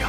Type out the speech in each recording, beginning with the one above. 洋。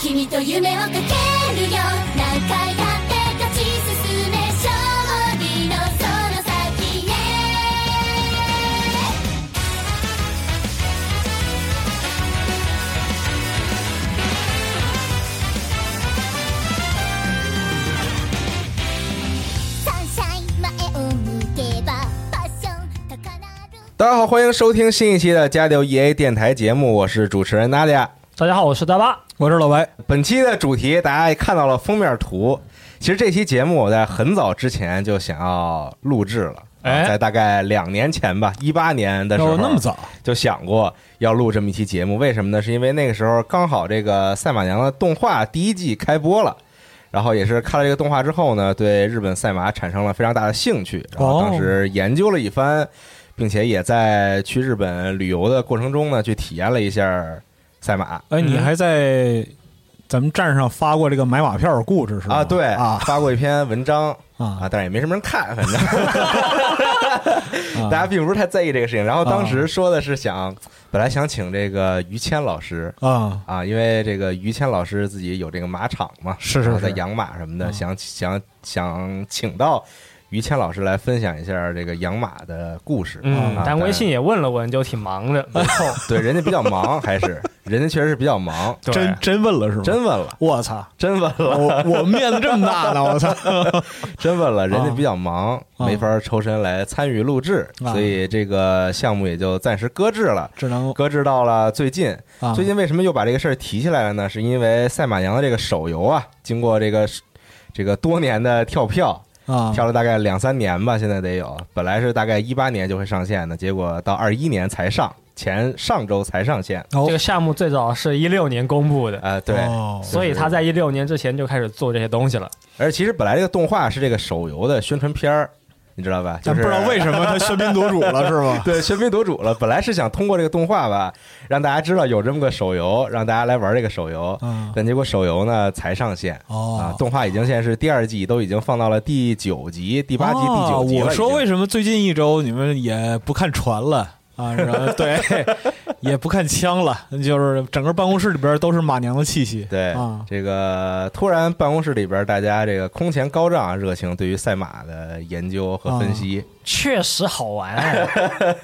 君と夢をかけるよ何回だって勝ち進め勝利のその先へサンシャイン前を向けばパッション高鳴る大家好，欢迎收听新一期的《加六 EA 电台》节目，我是主持人娜姐。大家好，我是大巴，我是老白。本期的主题大家也看到了封面图，其实这期节目我在很早之前就想要录制了，哎啊在大概两年前吧，一八年的时候，哦，那么早，就想过要录这么一期节目，为什么呢？是因为那个时候刚好这个赛马娘的动画第一季开播了。然后也是看了这个动画之后呢，对日本赛马产生了非常大的兴趣，然哦后当时研究了一番，并且也在去日本旅游的过程中呢，去体验了一下赛马哎，你还在咱们站上发过这个买马票的故事是吧？啊，对啊发过一篇文章啊啊，，但是也没什么人看，反 正 啊大家并不是太在意这个事情。然后当时说的是想，本来想请这个于谦老师，啊，啊，因为这个于谦老师自己有这个马场嘛，是是然后在是养马什么的，啊想想想请到于谦老师来分享一下这个养马的故事。嗯啊，但微信也问了问，就挺忙 的，没空。对人家比较忙，还是人家确实是比较忙，对真真问了是吗？真问了，我操，真问了，我我面子这么大呢， 我操，真问了，人家比较忙，啊没法抽身来参与录制，啊所以这个项目也就暂时搁置了。只能搁置到了最近，啊，最近为什么又把这个事儿提起来了呢？是因为赛马娘的这个手游啊，经过这个这个多年的跳票，啊跳了大概两三年吧，现在得有。本来是大概一八年就会上线的，结果到二一年才上，前上周才上线。这个项目最早是一六年公布的，啊、对。哦所以他在一六年之前就开始做这些东西了。而其实本来这个动画是这个手游的宣传片儿，你知道吧？就咱是？不知道为什么他喧宾夺主了是 吗对喧宾夺主了。本来是想通过这个动画吧，让大家知道有这么个手游，让大家来玩这个手游。啊，但结果手游呢才上线。啊，哦。动画已经现在是第二季，都已经放到了第九集、第八集、第九集啊了。我说为什什么最近一周你们也不看船了啊？然后对，也不看枪了，就是整个办公室里边都是马娘的气息。对、啊这个突然办公室里边大家这个空前高涨热情，对于赛马的研究和分析。确实好 玩、哎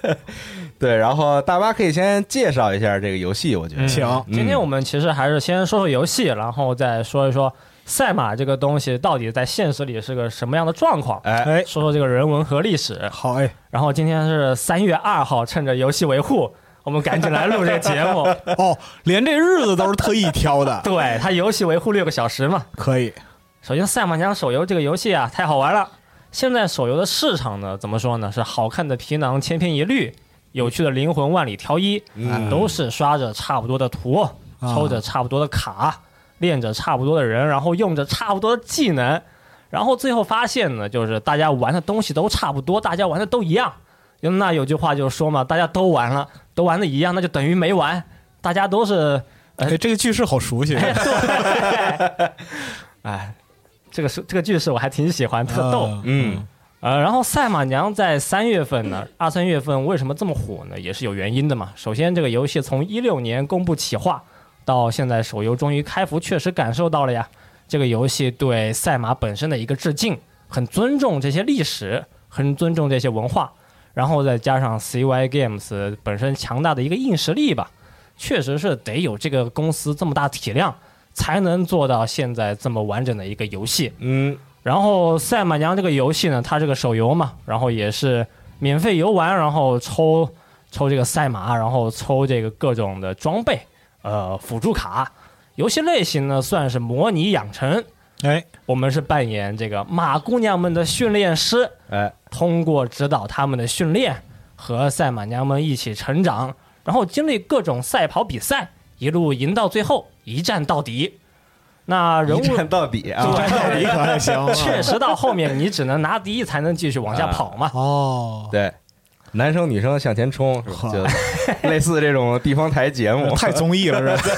对，然后大巴可以先介绍一下这个游戏，我觉得。嗯请今天我们其实还是先说说游戏，然后再说一说赛马这个东西到底在现实里是个什么样的状况，哎，哎，说说这个人文和历史。好哎，然后今天是三月二号，趁着游戏维护，我们赶紧来录这个节 目。 哦，连这日子都是特意挑的，对他游戏维护六个小时嘛。可以首先，《赛马娘手游》这个游戏啊，太好玩了。现在手游的市场呢，怎么说呢？是好看的皮囊千篇一律，有趣的灵魂万里挑一，嗯都是刷着差不多的图，哦抽着差不多的卡，练着差不多的人，然后用着差不多的技能，然后最后发现呢，就是大家玩的东西都差不多，大家玩的都一样，那有句话就说嘛，大家都玩了，都玩的一样，那就等于没玩，大家都是哎，这个句式好熟悉，啊嗯哎对，哎，这个是这个句式我还挺喜欢，特逗。嗯嗯呃，然后赛马娘在三月份呢，二三月份为什么这么火呢？也是有原因的嘛。首先，这个游戏从一六年公布企划到现在手游终于开服，确实感受到了呀，这个游戏对赛马本身的一个致敬，很尊重这些历史，很尊重这些文化，然后再加上 CY Games 本身强大的一个硬实力吧，确实是得有这个公司这么大体量，才能做到现在这么完整的一个游戏。嗯，然后《赛马娘》这个游戏呢，它这个手游嘛，然后也是免费游玩，然后抽抽这个赛马，然后抽这个各种的装备，呃，辅助卡。游戏类型呢，算是模拟养成，哎，我们是扮演这个马姑娘们的训练师，哎，通过指导他们的训练，和赛马娘们一起成长，然后经历各种赛跑比赛，一路赢到最后，一战到底。那人一物站到底啊，这道理可还行啊，确实到后面你只能拿第一才能继续往啊下跑嘛。哦，对，男生女生向前冲，哇，就 类似这种地方台节目哎 太综艺了，这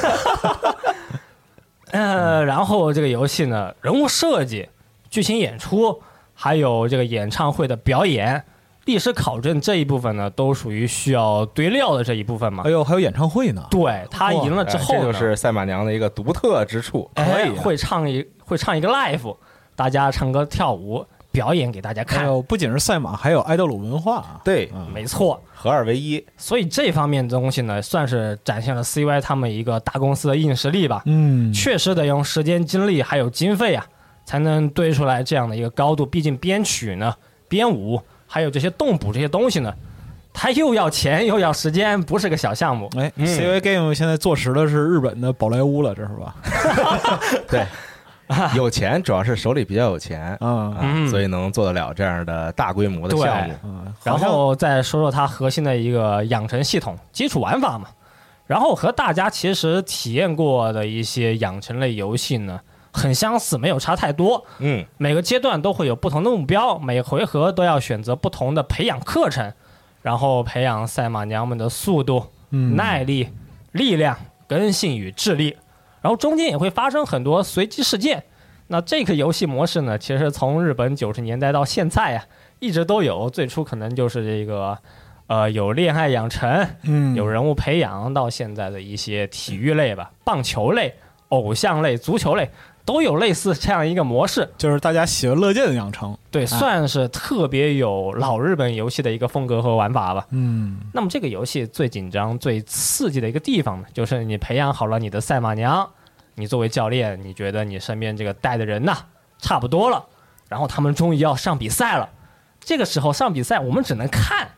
呃，然后这个游戏呢，人物设计、剧情演出，还有这个演唱会的表演、历史考证这一部分呢，都属于需要堆料的这一部分嘛哎。呦，还有演唱会呢，对他赢了之后哎呢，这就是赛马娘的一个独特之处。哎啊会唱一会唱一个 live，大家唱歌跳舞表演给大家还哎看。有不仅是赛马，还有爱豆鲁文化啊，对，嗯没错，合二为一，所以这方面的东西呢，算是展现了 CY 他们一个大公司的硬实力吧。嗯，确实得用时间、精力还有经费啊，才能堆出来这样的一个高度。毕竟编曲呢、编舞还有这些动捕这些东西呢，它又要钱又要时间，不是个小项目。哎嗯，CV Game 现在坐实的是日本的宝莱坞了，这是吧？对，有钱主要是手里比较有钱嗯啊，嗯所以能做得了这样的大规模的项目。嗯， 然后再说说它核心的一个养成系统、基础玩法嘛。然后和大家其实体验过的一些养成类游戏呢，很相似，没有差太多。嗯，每个阶段都会有不同的目标，每回合都要选择不同的培养课程，然后培养赛马娘们的速度、嗯耐力、力量、根性与智力。然后中间也会发生很多随机事件。那这个游戏模式呢，其实从日本九十年代到现在啊，一直都有。最初可能就是这个，呃，有恋爱养成，嗯有人物培养到现在的一些体育类吧，棒球类、偶像类、足球类都有类似这样一个模式。嗯就是大家喜闻乐见的养成，对，算是特别有老日本游戏的一个风格和玩法吧。嗯那么这个游戏最紧张、最刺激的一个地方呢，就是你培养好了你的赛马娘，你作为教练，你觉得你身边这个带的人呐、差不多了，然后他们终于要上比赛了。这个时候上比赛，我们只能看，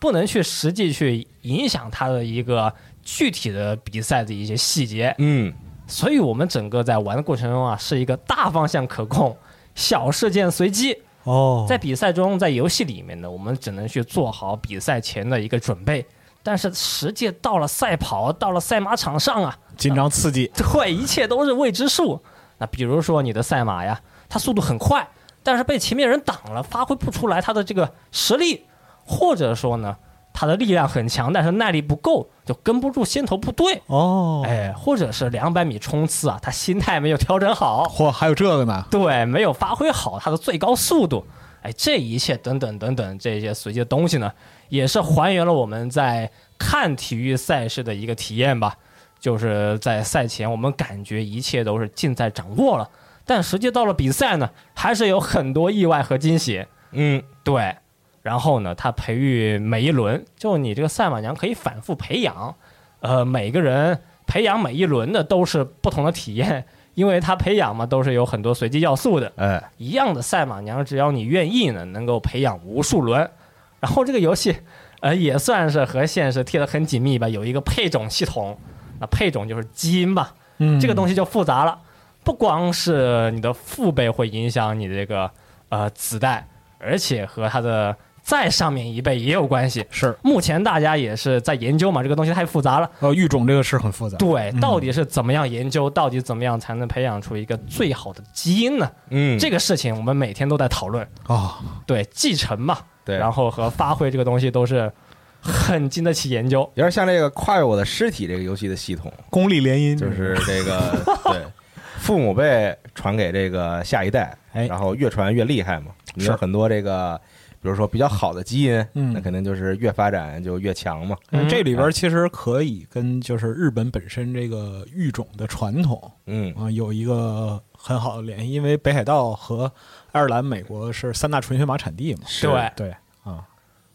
不能去实际去影响他的一个具体的比赛的一些细节。嗯，所以我们整个在玩的过程中啊，是一个大方向可控，小事件随机。哦 在比赛中，在游戏里面呢，我们只能去做好比赛前的一个准备。但是实际到了赛跑，到了赛马场上啊，紧张刺激，对，一切都是未知数。那比如说你的赛马呀，它速度很快，但是被前面人挡了，发挥不出来它的这个实力，或者说呢，它的力量很强，但是耐力不够，就跟不住先头部队。哦，哎，或者是两百米冲刺啊，他心态没有调整好，嚯，还有这个呢，对，没有发挥好他的最高速度。哎，这一切等等等等这些随机的东西呢，也是还原了我们在看体育赛事的一个体验吧。就是在赛前，我们感觉一切都是尽在掌握了，但实际到了比赛呢，还是有很多意外和惊喜。嗯，对，然后呢，他培育每一轮，就你这个赛马娘可以反复培养，呃，每个人培养每一轮的都是不同的体验，因为他培养嘛都是有很多随机要素的，哎，一样的赛马娘，只要你愿意呢，能够培养无数轮。然后这个游戏，呃，也算是和现实贴得很紧密吧，有一个配种系统，那配种就是基因吧，嗯这个东西西就复杂了，不光是你的父辈会影响你这个呃子代，而且和它的再上面一辈也有关系。是目前大家也是在研究嘛，这个东西太复杂了。呃，育种这个是很复杂，对，到底是怎么样研究，到底怎么样才能培养出一个最好的基因呢？嗯，这个事情我们每天都在讨论。啊，对，继承嘛，对然后和发挥这个东西都是很经得起研究。有点像这个《跨越我的尸体》这个游戏的系统，功利联姻就是这个对，父母辈传给这个下一代，哎然后越传越厉害嘛。你有是很多这个，比如说比较好的基因，嗯那肯定就是越发展就越强嘛。嗯嗯这里边其实可以跟就是日本本身这个育种的传统嗯啊有一个很好的联系，因为北海道和爱尔兰、美国是三大纯血马产地嘛。是对，对啊，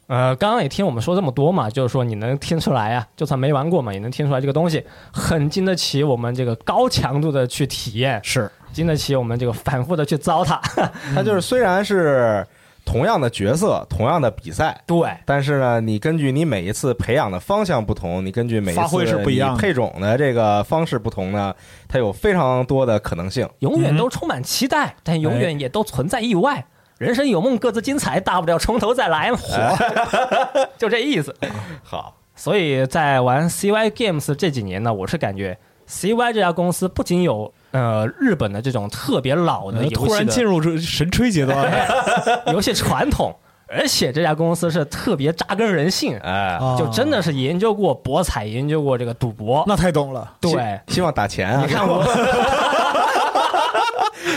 呃，刚刚也听我们说这么多嘛，就是说你能听出来啊，就算没玩过嘛，也能听出来这个东西很经得起我们这个高强度的去体验，是经得起我们这个反复的去糟蹋。 它就是虽然是同样的角色，同样的比赛。对，但是呢，你根据你每一次培养的方向不同，你根据每一次发挥是不一样的你配种的这个方式不同呢，它有非常多的可能性。永嗯远都充满期待，但哎永远也都存在意外。人生有梦，各自精彩，大不了从头再来 嘛， 就这意思。好，所以在玩 CY Games 这几年呢，我是感觉 CY 这家公司不仅有呃日本的这种特别老的游戏的呃突然进入这神吹阶段 游戏传统，而且这家公司是特别扎根人性，哎，啊，就真的是研究过博彩，研究过这个赌博。那太懂了。对，希望打钱啊！你看我，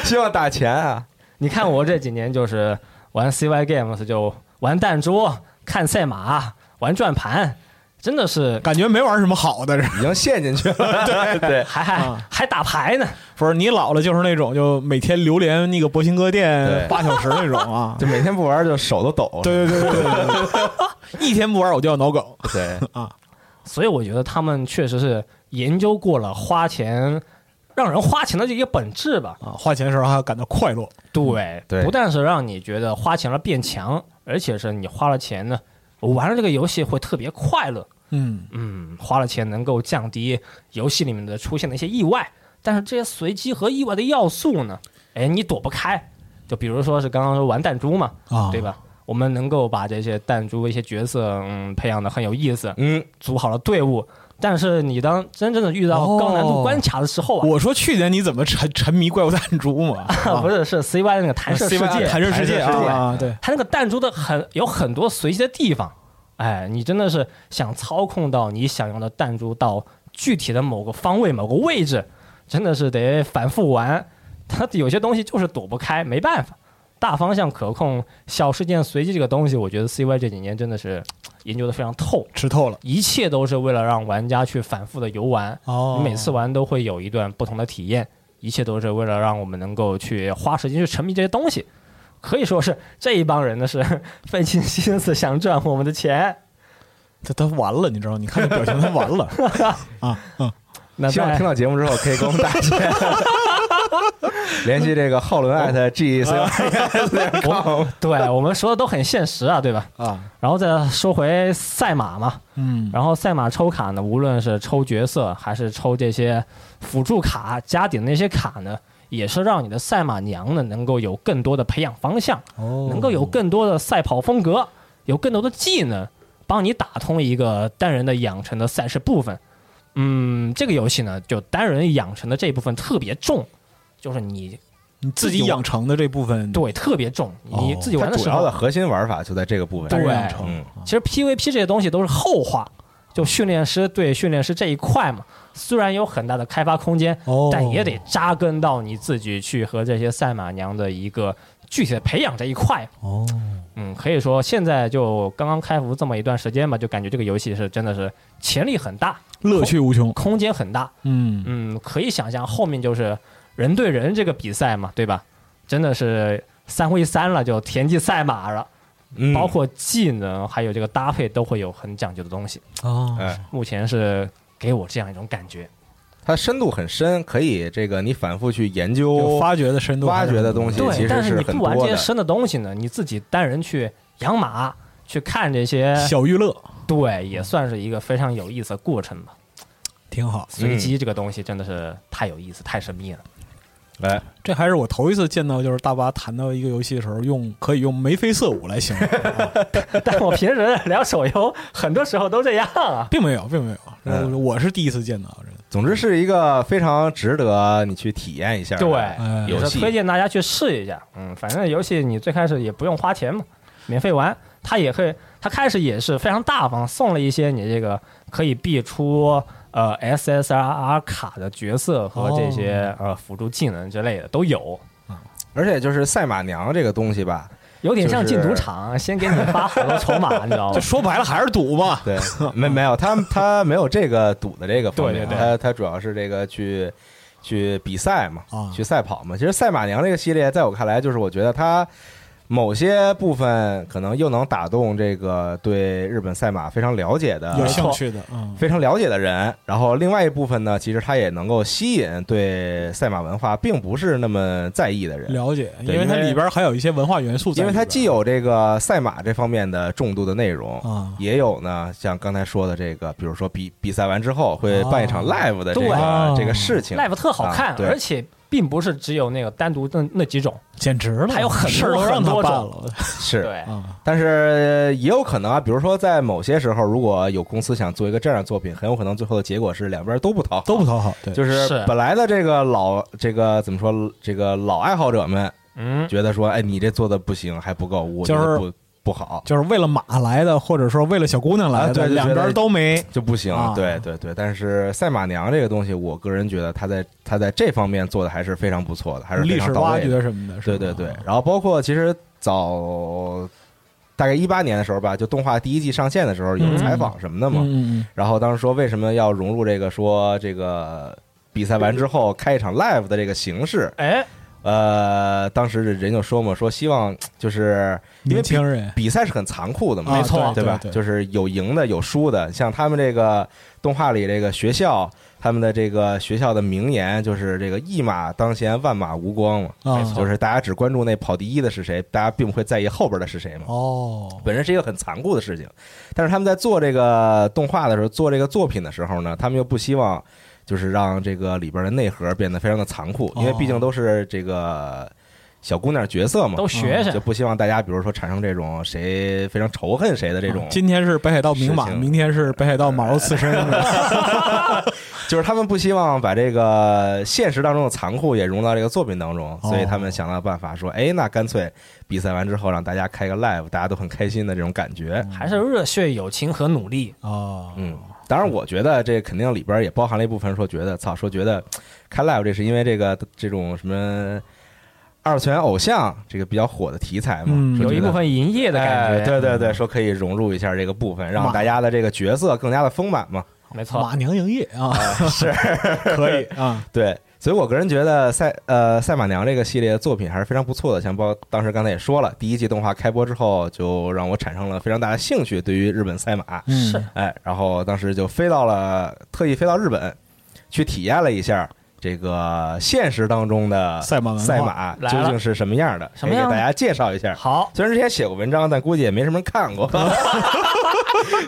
希望打钱啊！ 你看我这几年就是玩 CY Games，就玩弹珠、看赛马、玩转盘，真的是感觉没玩什么好的，是已经陷进去了。对对，还还啊还打牌呢。不是？你老了就是那种就每天流连那个博兴哥对。店八小时那种啊就每天不玩就手都抖。对对对对对对，一天不玩我就要挠狗。对，所以我觉得他们确实是研究过了花钱让人花钱的这一个本质吧。啊，花钱的时候还要感到快乐。对，对不但是让你觉得花钱了变强，而且是你花了钱呢，我玩了这个游戏会特别快乐。嗯，嗯，花了钱能够降低游戏里面的出现的一些意外，但是这些随机和意外的要素呢，哎，你躲不开。就比如说是刚刚说玩弹珠嘛，啊对吧？我们能够把这些弹珠一些角色，嗯，培养的很有意思，嗯，组好了队伍。但是你当真正的遇到高难度哦关卡的时候啊，我说去年你怎么沉沉迷怪物弹珠嘛？啊不是是 CY 那个弹射世界，弹射世界弹射世界啊，对，它那个弹珠的很有很多随机的地方，哎，你真的是想操控到你想要的弹珠到具体的某个方位、某个位置，真的是得反复玩。它有些东西就是躲不开，没办法。大方向可控，小事件随机这个东西，我觉得 CY 这几年真的是研究的非常透，吃透了。一切都是为了让玩家去反复的游玩。哦你每次玩都会有一段不同的体验，一切都是为了让我们能够去花时间去沉迷这些东西。可以说是这一帮人呢是 费尽心思想赚我们的钱。他他完了，你知道？你看他表情，他完了啊！嗯，那希望在听到节目之后可以给我们打钱。联系这个浩伦艾特 G C Y，我对我们说的都很现实啊，对吧？啊，然后再说回赛马嘛，嗯，然后赛马抽卡呢，无论是抽角色还是抽这些辅助卡、加点的那些卡呢，也是让你的赛马娘呢能够有更多的培养方向。哦能够有更多的赛跑风格，有更多的技能，帮你打通一个单人的养成的赛事部分。嗯，这个游戏呢，就单人养成的这一部分特别重，就是你你自己养成的这部分，对特别重，你哦自己玩它的主时要候，的核心玩法就在这个部分。单人对养成嗯啊其实 PVP 这些东西都是后话，就训练师对训练师这一块嘛，虽然有很大的开发空间，哦但也得扎根到你自己去和这些赛马娘的一个具体的培养这一块。哦，嗯，可以说现在就刚刚开服这么一段时间吧，就感觉这个游戏是真的是潜力很大，乐趣无穷。空间很大。嗯，嗯，可以想象后面就是人对人这个比赛嘛，对吧？真的是三 v 三了，就田忌赛马了，嗯，包括技能还有这个搭配都会有很讲究的东西。哦哎，目前是给我这样一种感觉。它深度很深，可以这个你反复去研有究。发掘的深度还挖是很掘多，的东西对其对，实但是你很不玩多这的些深的东西呢，你自己单人去养马、去看这些，小娱乐对，也算是一个非常有意思的过程吧。挺好。 随机这个东西真的是太有意思、太神秘了。来，这还是我头一次见到，就是大巴谈到一个游戏的时候用可以用眉飞色舞来 形容，但我平时聊手游，很多时候都这样啊。并没有，并没有，嗯我我是第一次见到，真的。总之是一个非常值得你去体验一下的。哎对，游也戏是推荐大家去试一下。嗯，反正游戏你最开始也不用花钱嘛，免费玩。它也会，它开始也是非常大方，送了一些你这个可以必出呃 SSR 卡的角色和这些、哦呃辅助技能之类的都有，而且就是赛马娘这个东西吧，有点像就是进赌场，先给你发好多筹 码，你知道吗这？说白了还是赌嘛，对，没没有，他他没有这个赌的这个方面，对对对他他主要是这个去去比赛嘛，啊去赛跑嘛。其实赛马娘这个系列，在我看来，就是我觉得它某些部分可能又能打动这个对日本赛马非常了解的有兴趣的，嗯，非常了解的人，然后另外一部分呢，其实它也能够吸引对赛马文化并不是那么在意的人，了解，因对为它因为里边还有一些文化元素在因为里边，它既有这个赛马这方面的重度的内容啊也有呢像刚才说的这个，比如说比比赛完之后会办一场哦 live 的这个、对这个事情 live 特好看啊，对而且并不是只有那个单独的那几种，简直了，还有很多事儿都让很他多办种了是，对，啊，但是也有可能啊，比如说在某些时候，如果有公司想做一个这样的作品，很有可能最后的结果是两边都不讨好，都不讨好，对，就是是本来的这个老这个怎么说这个老爱好者们 嗯，觉得说，哎，你这做的不行，还不够，我觉就得是不不好。就是为了马来的，或者说为了小姑娘来啊的，对就觉得两边都没。就不行，啊对对对，但是赛马娘这个东西，我个人觉得他在他在这方面做的还是非常不错的，还是非历常史到挖位的。掘什么的，是对吧对对，然后包括其实早大概一八年的时候吧，就动画第一季上线的时候有嗯采访什么的嘛，嗯嗯然后当时说为什么要融入这个说这个比赛完之后开一场 live 的这个形式，哎，呃，当时人就说嘛，说希望就是嗯，因为比年轻人比赛是很残酷的嘛，啊没错对吧？对就是有赢的，有输的。像他们这个动画里这个学校，他们的这个学校的名言就是这个“一马当先，万马无光”嘛，啊没，错就是大家只关注那跑第一的是谁，大家并不会在意后边的是谁嘛。哦，本身是一个很残酷的事情，但是他们在做这个动画的时候，做这个作品的时候呢，他们又不希望就是让这个里边的内核变得非常的残酷，因为毕竟都是这个小姑娘角色嘛，哦嗯都学就学，不希望大家，比如说产生这种谁非常仇恨谁的哦这种，今天是北海道名马，事情明天是北海道马肉刺身，就是他们不希望把这个现实当中的残酷也融到这个作品当中，哦所以他们想到办法说，哎，那干脆比赛完之后让大家开个 live，大家都很开心的这种感觉。还是热血、友情和努力。啊，嗯，当然，我觉得这肯定里边也包含了一部分说觉得，操，说觉得开 live 这是因为这个这种什么二次元偶像这个比较火的题材嘛，嗯说有觉一得部分营业的感觉，嗯哎对对对，说可以融入一下这个部分，让马大家的这个角色更加的丰满嘛。没错，马娘营业啊，是 可以啊，对，所以我个人觉得赛呃赛马娘这个系列作品还是非常不错的，像包当时刚才也说了，第一季动画开播之后就让我产生了非常大的兴趣，对于日本赛马，嗯是哎，然后当时就飞到了特意飞到日本去体验了一下。这个现实当中的赛马文化赛马来究了竟是什么样的？什么样也的给大家介绍一下。好，虽然之前写过文章，但估计也没什么人看过，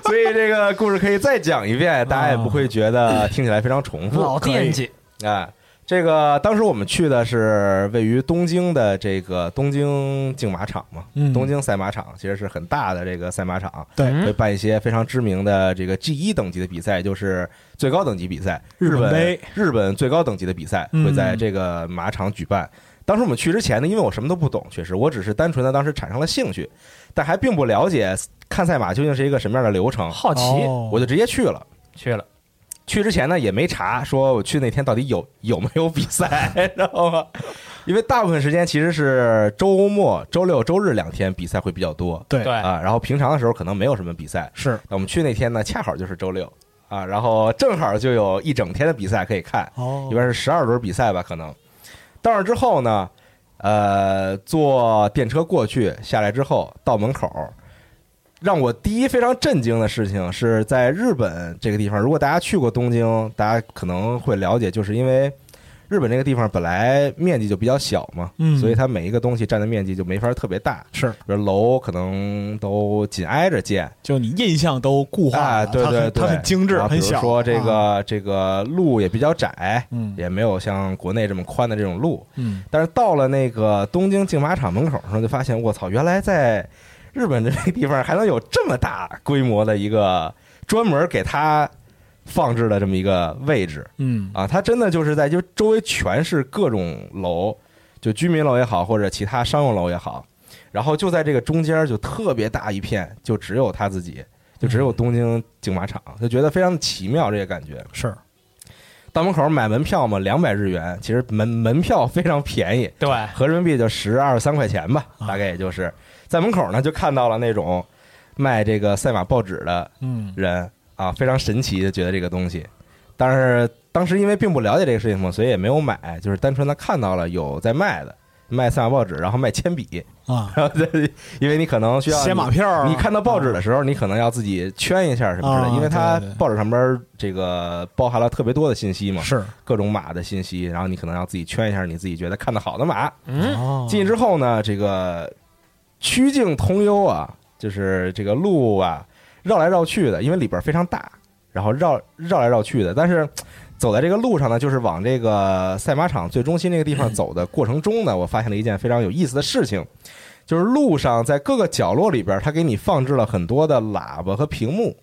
所以这个故事可以再讲一遍，大家也不啊会觉得听起来非常重复。老惦记，哎，这个当时我们去的是位于东京的这个东京竞马场嘛，嗯东京赛马场其实是很大的这个赛马场，对，会办一些非常知名的这个 G 一等级的比赛，就是最高等级比赛，日日本杯日本最高等级的比赛嗯会在这个马场举办。当时我们去之前呢，因为我什么都不懂，确实我只是单纯的当时产生了兴趣，但还并不了解看赛马究竟是一个什么样的流程，好奇哦我就直接去了。去了，去之前呢也没查，说我去那天到底有有没有比赛， 知道吗？因为大部分时间其实是周末、周六、周日两天比赛会比较多对对啊，然后平常的时候可能没有什么比赛。是那我们去那天呢，恰好就是周六啊，然后正好就有一整天的比赛可以看，哦一，般是十二轮比赛吧，可能。到那之后呢，呃，坐电车过去，下来之后到门口，让我第一非常震惊的事情是在日本这个地方。如果大家去过东京，大家可能会了解，就是因为日本这个地方本来面积就比较小嘛，嗯所以它每一个东西占的面积就没法特别大，是，比如楼可能都紧挨着建，就你印象都固化啊，了，对它对很对，它很精致，然后很小。比如说这啊，个这个路也比较窄，嗯也没有像国内这么宽的这种路。嗯，但是到了那个东京竞马场门口的时候，就发现我操，原来在日本这个地方还能有这么大规模的一个专门给它放置的这么一个位置嗯啊！它真的就是在就周围全是各种楼，就居民楼也好，或者其他商用楼也好，然后就在这个中间就特别大一片，就只有他自己，就只有东京竞马场，就觉得非常奇妙这个感觉。是，到门口买门票嘛，两百日元，其实门门票非常便宜，对，合人民币就十二三块钱吧，啊大概也就是在门口呢就看到了那种卖这个赛马报纸的嗯人啊，非常神奇，就觉得这个东西。但是当时因为并不了解这个事情嘛，所以也没有买，就是单纯的看到了有在卖的，卖赛马报纸，然后卖铅笔，啊，然后再因为你可能需要写你马票啊，你看到报纸的时候，你可能要自己圈一下什么之类的，啊因为它对对对报纸上边这个包含了特别多的信息嘛，是，各种马的信息，然后你可能要自己圈一下你自己觉得看得好的马。嗯，哦进去之后呢，这个曲径通幽啊，就是这个路啊，绕来绕去的，因为里边非常大，然后绕绕来绕去的。但是走在这个路上呢，就是往这个赛马场最中心那个地方走的过程中呢，我发现了一件非常有意思的事情，就是路上在各个角落里边，它给你放置了很多的喇叭和屏幕。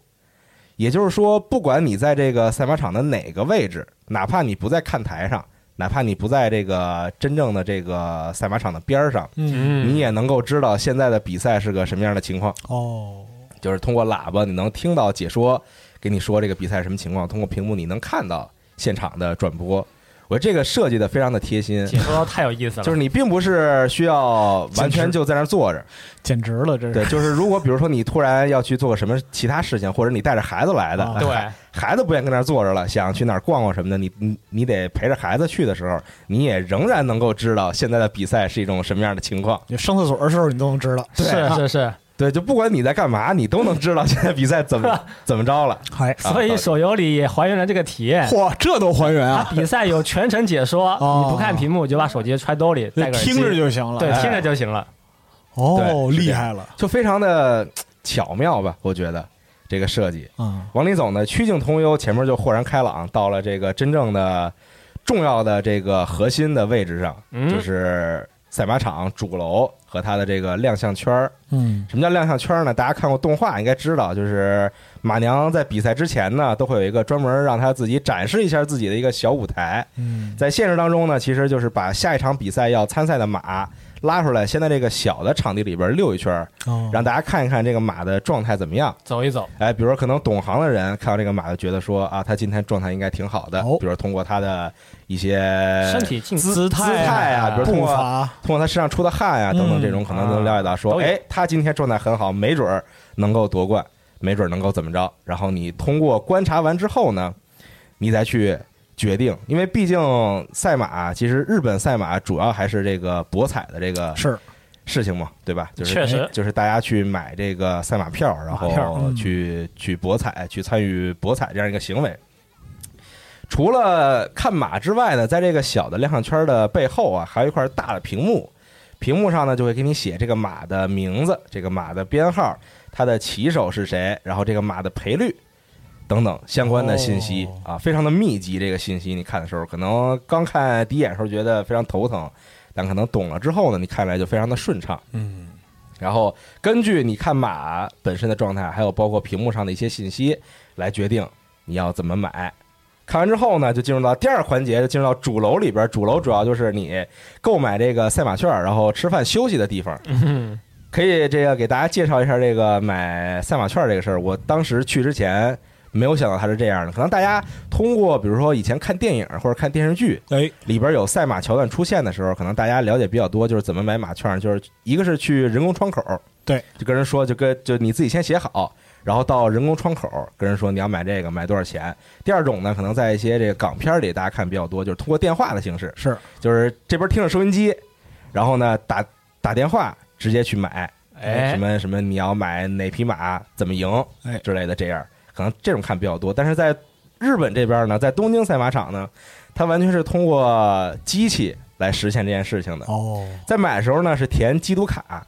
也就是说，不管你在这个赛马场的哪个位置，哪怕你不在看台上，哪怕你不在这个真正的这个赛马场的边儿上，嗯嗯你也能够知道现在的比赛是个什么样的情况。哦，就是通过喇叭你能听到解说给你说这个比赛什么情况，通过屏幕你能看到现场的转播。我觉得这个设计的非常的贴心，解说到太有意思了，就是你并不是需要完全就在那儿坐着，简直了，这对，是就是如果比如说你突然要去做个什么其他事情，或者你带着孩子来的，啊哎对孩孩子不愿意跟那儿坐着了，想去哪儿逛逛什么的，你你你得陪着孩子去的时候，你也仍然能够知道现在的比赛是一种什么样的情况。你上厕所的时候你都能知道，对是啊是是，对，就不管你在干嘛，你都能知道现在比赛怎么怎么着了。嗨，所以手游里也还原了这个体验。哎 嚯，这都还原它啊，比赛有全程解说，哦你不看屏幕就把手机揣兜里，戴个耳机听着就行了，啊对哎听着就行了。哦，对是这样厉害了就非常的巧妙吧，我觉得这个设计。啊，往里走呢，曲径通幽，前面就豁然开朗，到了这个真正的重要的这个核心的位置上，嗯就是赛马场主楼和它的这个亮相圈儿。嗯什么叫亮相圈儿呢？大家看过动画应该知道，就是马娘在比赛之前呢，都会有一个专门让她自己展示一下自己的一个小舞台。嗯，在现实当中呢，其实就是把下一场比赛要参赛的马拉出来，先在这个小的场地里边溜一圈儿，哦让大家看一看这个马的状态怎么样。走一走，哎，比如说可能懂行的人看到这个马，就觉得说啊，他今天状态应该挺好的。哦比如通过他的一些身体静姿姿态啊，比如通步过伐，通过他身上出的汗啊等等这种，可能能了解到说，啊都有哎，他今天状态很好，没准儿能够夺冠，没准儿能够怎么着。然后你通过观察完之后呢，你再去决定，因为毕竟赛马其实日本赛马主要还是这个博彩的这个是事情嘛，对吧？就是哎确实就是大家去买这个赛马票，然马票后嗯去、去博彩，去参与博彩这样一个行为。除了看马之外呢，在这个小的亮相圈的背后啊，还有一块大的屏幕，屏幕上呢就会给你写这个马的名字、这个马的编号、它的骑手是谁，然后这个马的赔率等等相关的信息、啊，非常的密集。这个信息你看的时候，可能刚看第一眼的时候觉得非常头疼，但可能懂了之后呢，你看来就非常的顺畅。嗯然后根据你看马本身的状态，还有包括屏幕上的一些信息，来决定你要怎么买。看完之后呢，就进入到第二环节，就进入到主楼里边。主楼主要就是你购买这个赛马券，然后吃饭休息的地方。嗯可以这个给大家介绍一下这个买赛马券这个事儿。我当时去之前没有想到它是这样的，可能大家通过比如说以前看电影或者看电视剧哎里边有赛马桥段出现的时候，可能大家了解比较多，就是怎么买马券，就是一个是去人工窗口，对，就跟人说就跟就你自己先写好。然后到人工窗口跟人说你要买这个买多少钱。第二种呢，可能在一些这个港片里大家看比较多，就是通过电话的形式，是就是这边听着收音机，然后呢打打电话直接去买，哎什么什么你要买哪匹马怎么赢哎之类的，这样可能这种看比较多，但是在日本这边呢，在东京赛马场呢，它完全是通过机器来实现这件事情的。哦，在买的时候呢是填基督卡，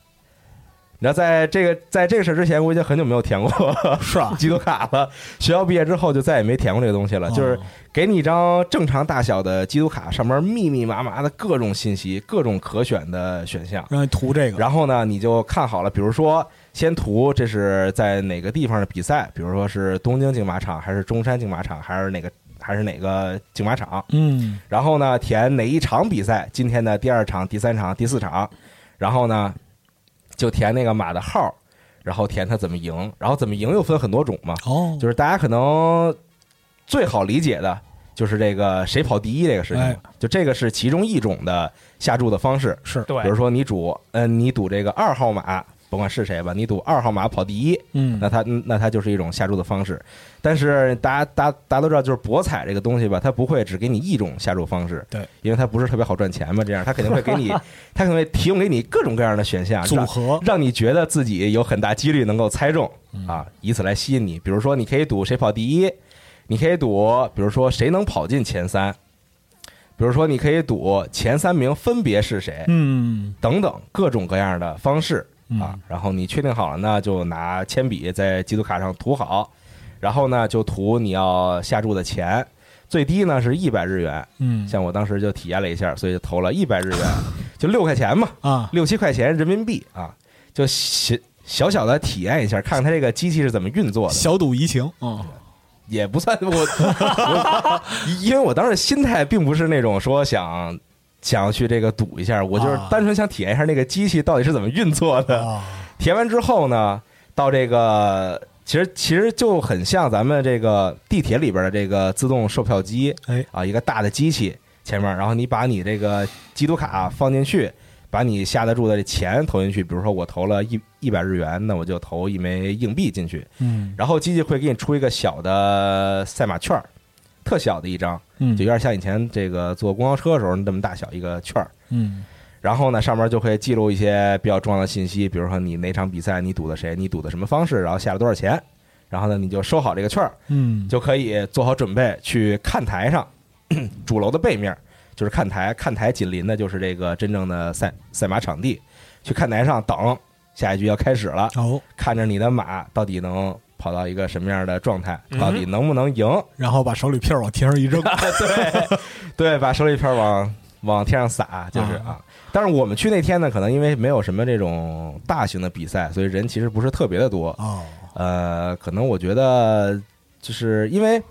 你知道，在这个在这个事儿之前，我已经很久没有填过 是啊吧？基督卡了。学校毕业之后就再也没填过这个东西了，就是哦给你一张正常大小的基督卡，上面密密麻麻的各种信息，各种可选的选项。让你涂这个，然后呢，你就看好了，比如说先图这是在哪个地方的比赛，比如说是东京竞马场，还是中山竞马场，还是哪个还是哪个竞马场。嗯，然后呢，填哪一场比赛，今天的第二场、第三场、第四场，然后呢，就填那个马的号，然后填它怎么赢，然后怎么赢又分很多种嘛，哦，就是大家可能最好理解的就是这个谁跑第一这个事情，哎就这个是其中一种的下注的方式。是，对比如说你赌，嗯、你赌这个二号马，甭管是谁吧，你赌二号马跑第一，嗯，那它那它就是一种下注的方式。但是大家大家大家都知道，就是博彩这个东西吧，它不会只给你一种下注方式，对，因为它不是特别好赚钱嘛，这样它肯定会给 你，它肯定会提供给你各种各样的选项组啊让合，让你觉得自己有很大几率能够猜中嗯啊，以此来吸引你。比如说，你可以赌谁跑第一，你可以赌，比如说谁能跑进前三，比如说你可以赌前三名分别是谁，嗯，等等各种各样的方式啊嗯。然后你确定好了呢，就拿铅笔在基督卡上涂好，然后呢就涂你要下注的钱，最低呢是一百日元。嗯，像我当时就体验了一下，所以就投了一百日元，就六块钱嘛，啊，六七块钱人民币啊，就小小小的体验一下，看看它这个机器是怎么运作的，小赌怡情，嗯，也不算我 我，因为我当时心态并不是那种说想想要去这个赌一下，我就是啊单纯想体验一下那个机器到底是怎么运作的。啊，填完之后呢，到这个其实其实就很像咱们这个地铁里边的这个自动售票机，哎啊，一个大的机器前面，然后你把你这个机读卡放进去，把你下得住的钱投进去，比如说我投了一一百日元，那我就投一枚硬币进去，嗯，然后机器会给你出一个小的赛马券儿，特小的一张，嗯，就有点像以前这个坐公交车的时候那么大小一个券儿。嗯，然后呢，上面就会记录一些比较重要的信息，比如说你哪场比赛你赌的谁，你赌的什么方式，然后下了多少钱，然后呢你就收好这个券儿，嗯，就可以做好准备去看台上嗯主楼的背面，就是看台，看台紧邻的就是这个真正的赛赛马场地，去看台上等下一局要开始了，哦，看着你的马到底能跑到一个什么样的状态，到底能不能赢，然后把手里票往天上一 扔，对对，把手里片儿往往天上撒，就是啊。但是我们去那天呢，可能因为没有什么这种大型的比赛，所以人其实不是特别的多。 哦，呃，可能我觉得就是因为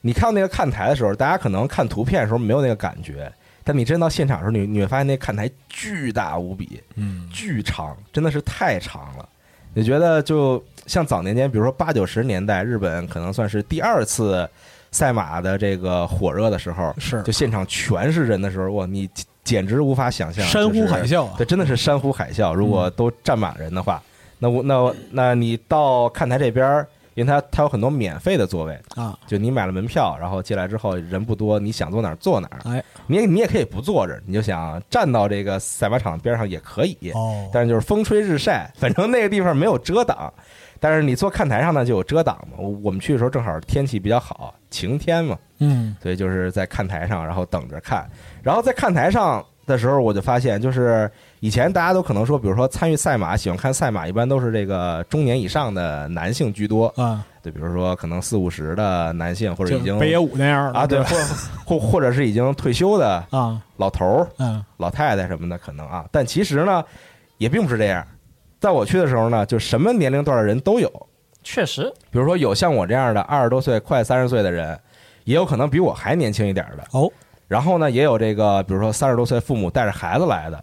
你看到那个看台的时候，大家可能看图片的时候没有那个感觉，但你真到现场的时候，你你会发现那看台巨大无比，嗯，巨长，真的是太长了。你觉得就像早年间，比如说八九十年代，日本可能算是第二次赛马的这个火热的时候，是就现场全是人的时候，哇，你简简直无法想象，山呼海就是，啸啊，嗯对，真的是山呼海啸。如果都站满人的话，那我那我那你到看台这边儿，因为它它有很多免费的座位，啊，就你买了门票，然后进来之后人不多，你想坐哪儿坐哪儿，哎，你也你也可以不坐着，你就想站到这个赛马场边上也可以，哦，但是就是风吹日晒， 反正那个地方没有遮挡。但是你坐看台上呢就有遮挡嘛。我我们去的时候正好天气比较好，晴天嘛，嗯，所以就是在看台上，然后等着看。然后在看台上的时候，我就发现，就是以前大家都可能说，比如说参与赛马、喜欢看赛马，一般都是这个中年以上的男性居多，啊，对，比如说可能四五十的男性，或者就 已经北野武那样的啊，对，是吧或或或者是已经退休的啊，老头儿，嗯，老太太什么的可能啊，但其实呢，也并不是这样。在我去的时候呢，就什么年龄段的人都有，确实，比如说有像我这样的二十多岁、快三十岁的人，也有可能比我还年轻一点的。哦，然后呢，也有这个，比如说三十多岁父母带着孩子来的，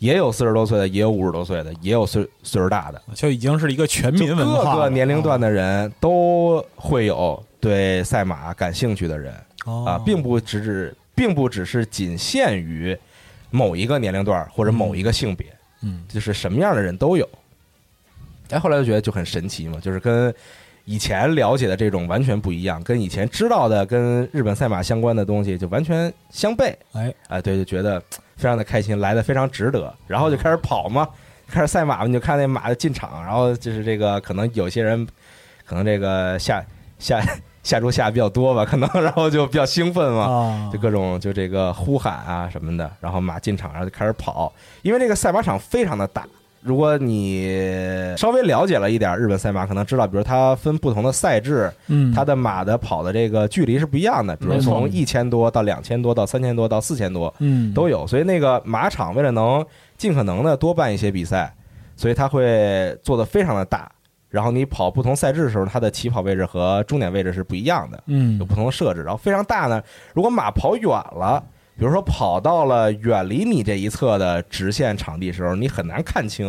也有四十多岁的，也有五十多岁的，也有岁岁数大的，就已经是一个全就民文各化了，啊个年龄段的人都会有对赛马感兴趣的人。啊，啊，并不只只，并不只是仅限于某一个年龄段儿或者某一个性别，嗯，就是什么样的人都有。哎，后来就觉得就很神奇嘛，就是跟以前了解的这种完全不一样，跟以前知道的跟日本赛马相关的东西就完全相悖。哎，啊，对，就觉得非常的开心，来的非常值得。然后就开始跑嘛，开始赛马嘛，你就看那马的进场，然后就是这个可能有些人可能这个下下下注下比较多吧，可能然后就比较兴奋嘛，啊就各种就这个呼喊啊什么的，然后马进场，然后就开始跑，因为这个赛马场非常的大。如果你稍微了解了一点日本赛马，可能知道，比如它分不同的赛制，嗯，它的马的跑的这个距离是不一样的，比如没错从一千多到两千多到三千多到四千多嗯都有，所以那个马场为了能尽可能的多办一些比赛，所以它会做的非常的大。然后你跑不同赛制的时候，它的起跑位置和终点位置是不一样的。嗯有不同的设置。然后非常大呢，如果马跑远了，比如说跑到了远离你这一侧的直线场地时候，你很难看清，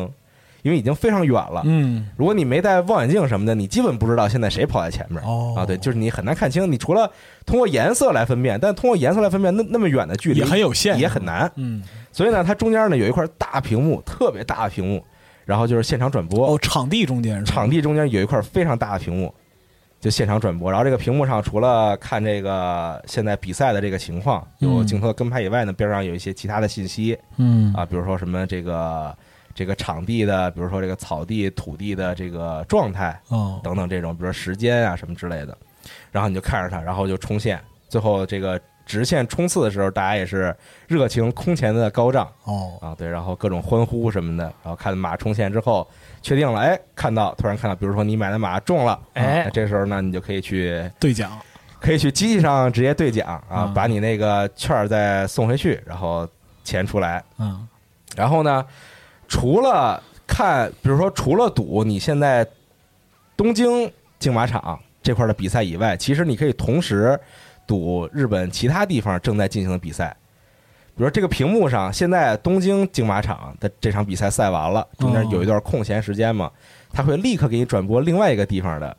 因为已经非常远了。嗯如果你没戴望远镜什么的，你基本不知道现在谁跑在前面。哦啊，对，就是你很难看清。你除了通过颜色来分辨，但通过颜色来分辨那那么远的距离也很有限，也很难。嗯所以呢，它中间呢有一块大屏幕，特别大的屏幕，然后就是现场转播。哦，场地中间是吧场地中间有一块非常大的屏幕，就现场转播。然后这个屏幕上除了看这个现在比赛的这个情况，有嗯镜头的跟拍以外呢，边上有一些其他的信息嗯啊，比如说什么这个这个场地的，比如说这个草地、土地的这个状态哦等等这种，比如说时间啊什么之类的。然后你就看着它，然后就冲线，最后这个直线冲刺的时候，大家也是热情空前的高涨。哦啊，对，然后各种欢呼什么的，然后看马冲线之后，确定了，哎，看到突然看到，比如说你买的马中了，哎啊这时候呢，你就可以去兑奖可以去机器上直接兑奖啊，嗯把你那个券儿再送回去，然后钱出来，嗯然后呢，除了看，比如说除了赌你现在东京竞马场这块的比赛以外，其实你可以同时赌日本其他地方正在进行的比赛。比如说这个屏幕上，现在东京竞马场的这场比赛赛完了，中间有一段空闲时间嘛，它会立刻给你转播另外一个地方的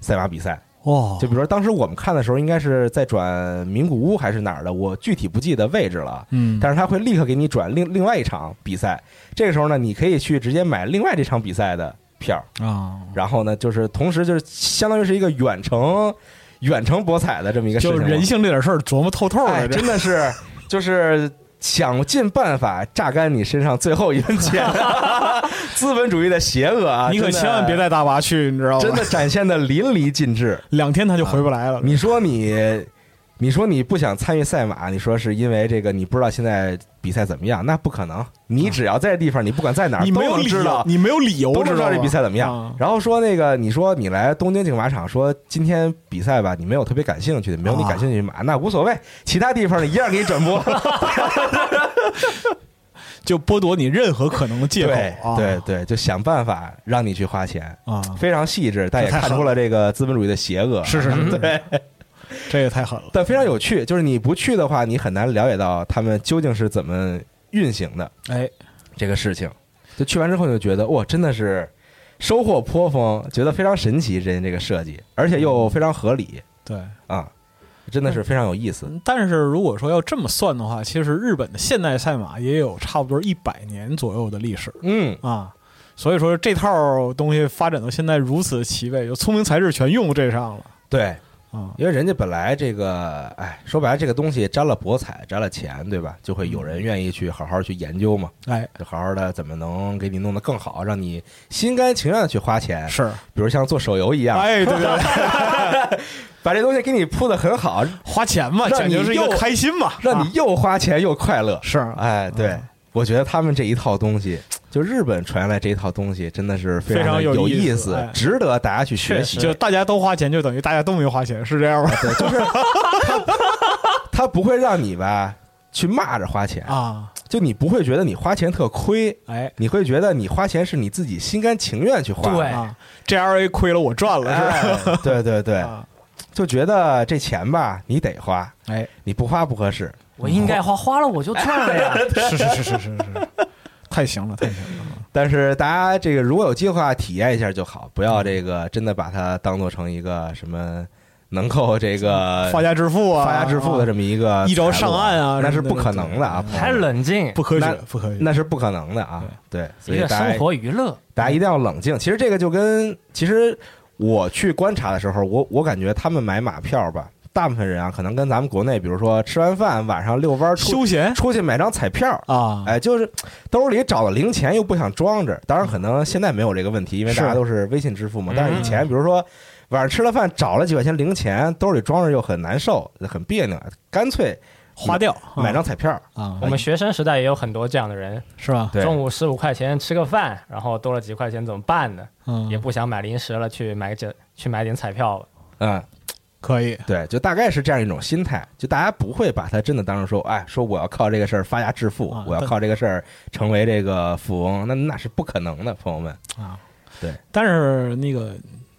赛马比赛。哇就比如说当时我们看的时候，应该是在转名古屋还是哪儿的，我具体不记得位置了。嗯但是他会立刻给你转另另外一场比赛。这个时候呢，你可以去直接买另外这场比赛的票，啊然后呢，就是同时就是相当于是一个远程远程博彩的这么一个事就情是了。人性这点事儿琢磨透透哎，了，这真的 是就是。想尽办法榨干你身上最后一分钱，资本主义的 邪恶啊！你可真的千万别带大娃去，你知道吗？真的啊展现的淋漓尽致。两天他就回不来了。你说你，你说你不想参与赛马，你说是因为这个你不知道现在比赛怎么样？那不可能，你只要在这地方，你不管在哪儿，啊你都没有能理知由道，，你没有理由都能知道吗这比赛怎么样啊。然后说那个，你说你来东京竞马场，说今天比赛吧，你没有特别感兴趣的，没有你啊感兴趣的马，那无所谓，其他地方呢一样给你转播。就剥夺你任何可能的 借对口啊！对对，就想办法让你去花钱，啊，非常细致，但也这太看狠出了这个资本主义的邪恶。是是是，嗯对。这也太狠了。但非常有趣，就是你不去的话，你很难了解到他们究竟是怎么运行的哎，这个事情。就去完之后，你就觉得哇，真的是收获颇丰，觉得非常神奇，人家这个设计，而且又非常合理对，啊，真的是非常有意思。但是如果说要这么算的话，其实日本的现代赛马也有差不多一百年左右的历史嗯，啊。所以说这套东西发展到现在如此齐备，就聪明才智全用这上了对，啊。因为人家本来这个，哎，说白了，这个东西沾了博彩，沾了钱，对吧？就会有嗯人愿意去好好去研究嘛，哎，就好好的怎么能给你弄得更好，让你心甘情愿的去花钱，是，比如像做手游一哎样， 哎，对对对， 把这东西给你铺的很好，花钱嘛，让简你直是一个又开心嘛， 让你啊又花钱又快乐。 是哎，对嗯，我觉得他们这一套东西，就日本传来这一套东西，真的是非非常常的有有意思思哎值得大家去学习。就大家都花钱，就等于大家都没花啊钱，是这样吧？对，就是他不会让你吧去骂着花钱，啊，就你不会觉得你花钱特亏，哎你会觉得你花钱是你自己心甘情愿去花的。对啊，G L A 亏了我赚了是吧？哎 对对对，啊就觉得这钱吧，你得花，哎，你不花不合适。我应该花花了我就赚 了呀。是是是是是是， 太行了，太行了。但是大家这个如果有计划体验一下就好，不要这个真的把它当做成一个什么能够这个发家致富啊，呃发家致富的这么一个一招财路上岸啊那什是么的不可能的啊，朋对友还们冷静，不科学那，不科学。那是不可能的啊，对，所一以个大生家活娱乐，大家一定要冷静。其实这个就跟其实我去观察的时候，我我感觉他们买马票吧，大部分人啊，可能跟咱们国内，比如说吃完饭晚上遛弯儿出休闲出去买张彩票，啊，哎，就是兜里找了零钱又不想装着，当然可能现在没有这个问题，因为大家是都是微信支付嘛。嗯但是以前，比如说晚上吃了饭，找了几块钱零钱，兜里装着又很难受，很别扭，啊干脆花掉买张彩票。啊我，们学生时代也有很多这样的人，是吧？哎对中午十五块钱吃个饭，然后多了几块钱怎么办呢？嗯，也不想买零食了，去买这去买点彩票了。嗯，可以，对，就大概是这样一种心态，就大家不会把它真的当成说，哎，说我要靠这个事儿发家致富，啊我要对靠这个事儿成为这个富翁，那那是不可能的，朋友们。啊，对。但是那个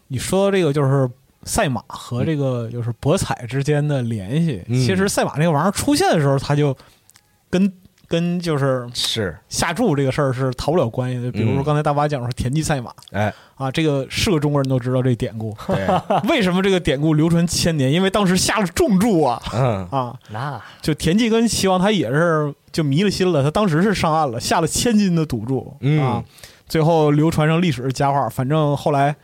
你说这个就是赛马和这个就是博彩之间的联系，嗯其实赛马这个玩意儿出现的时候，它就跟跟就是是，下注这个事儿是逃不了关系的。比如嗯说刚才大巴讲说田忌赛马哎，。啊，这个是个中国人都知道这典故 对，为什么这个典故流传千年？因为当时下了重注啊嗯，啊！那就田忌跟齐王他也是就迷了心了，他当时是上岸了，下了千金的赌注、嗯啊，最后流传成历史是佳话。反正后来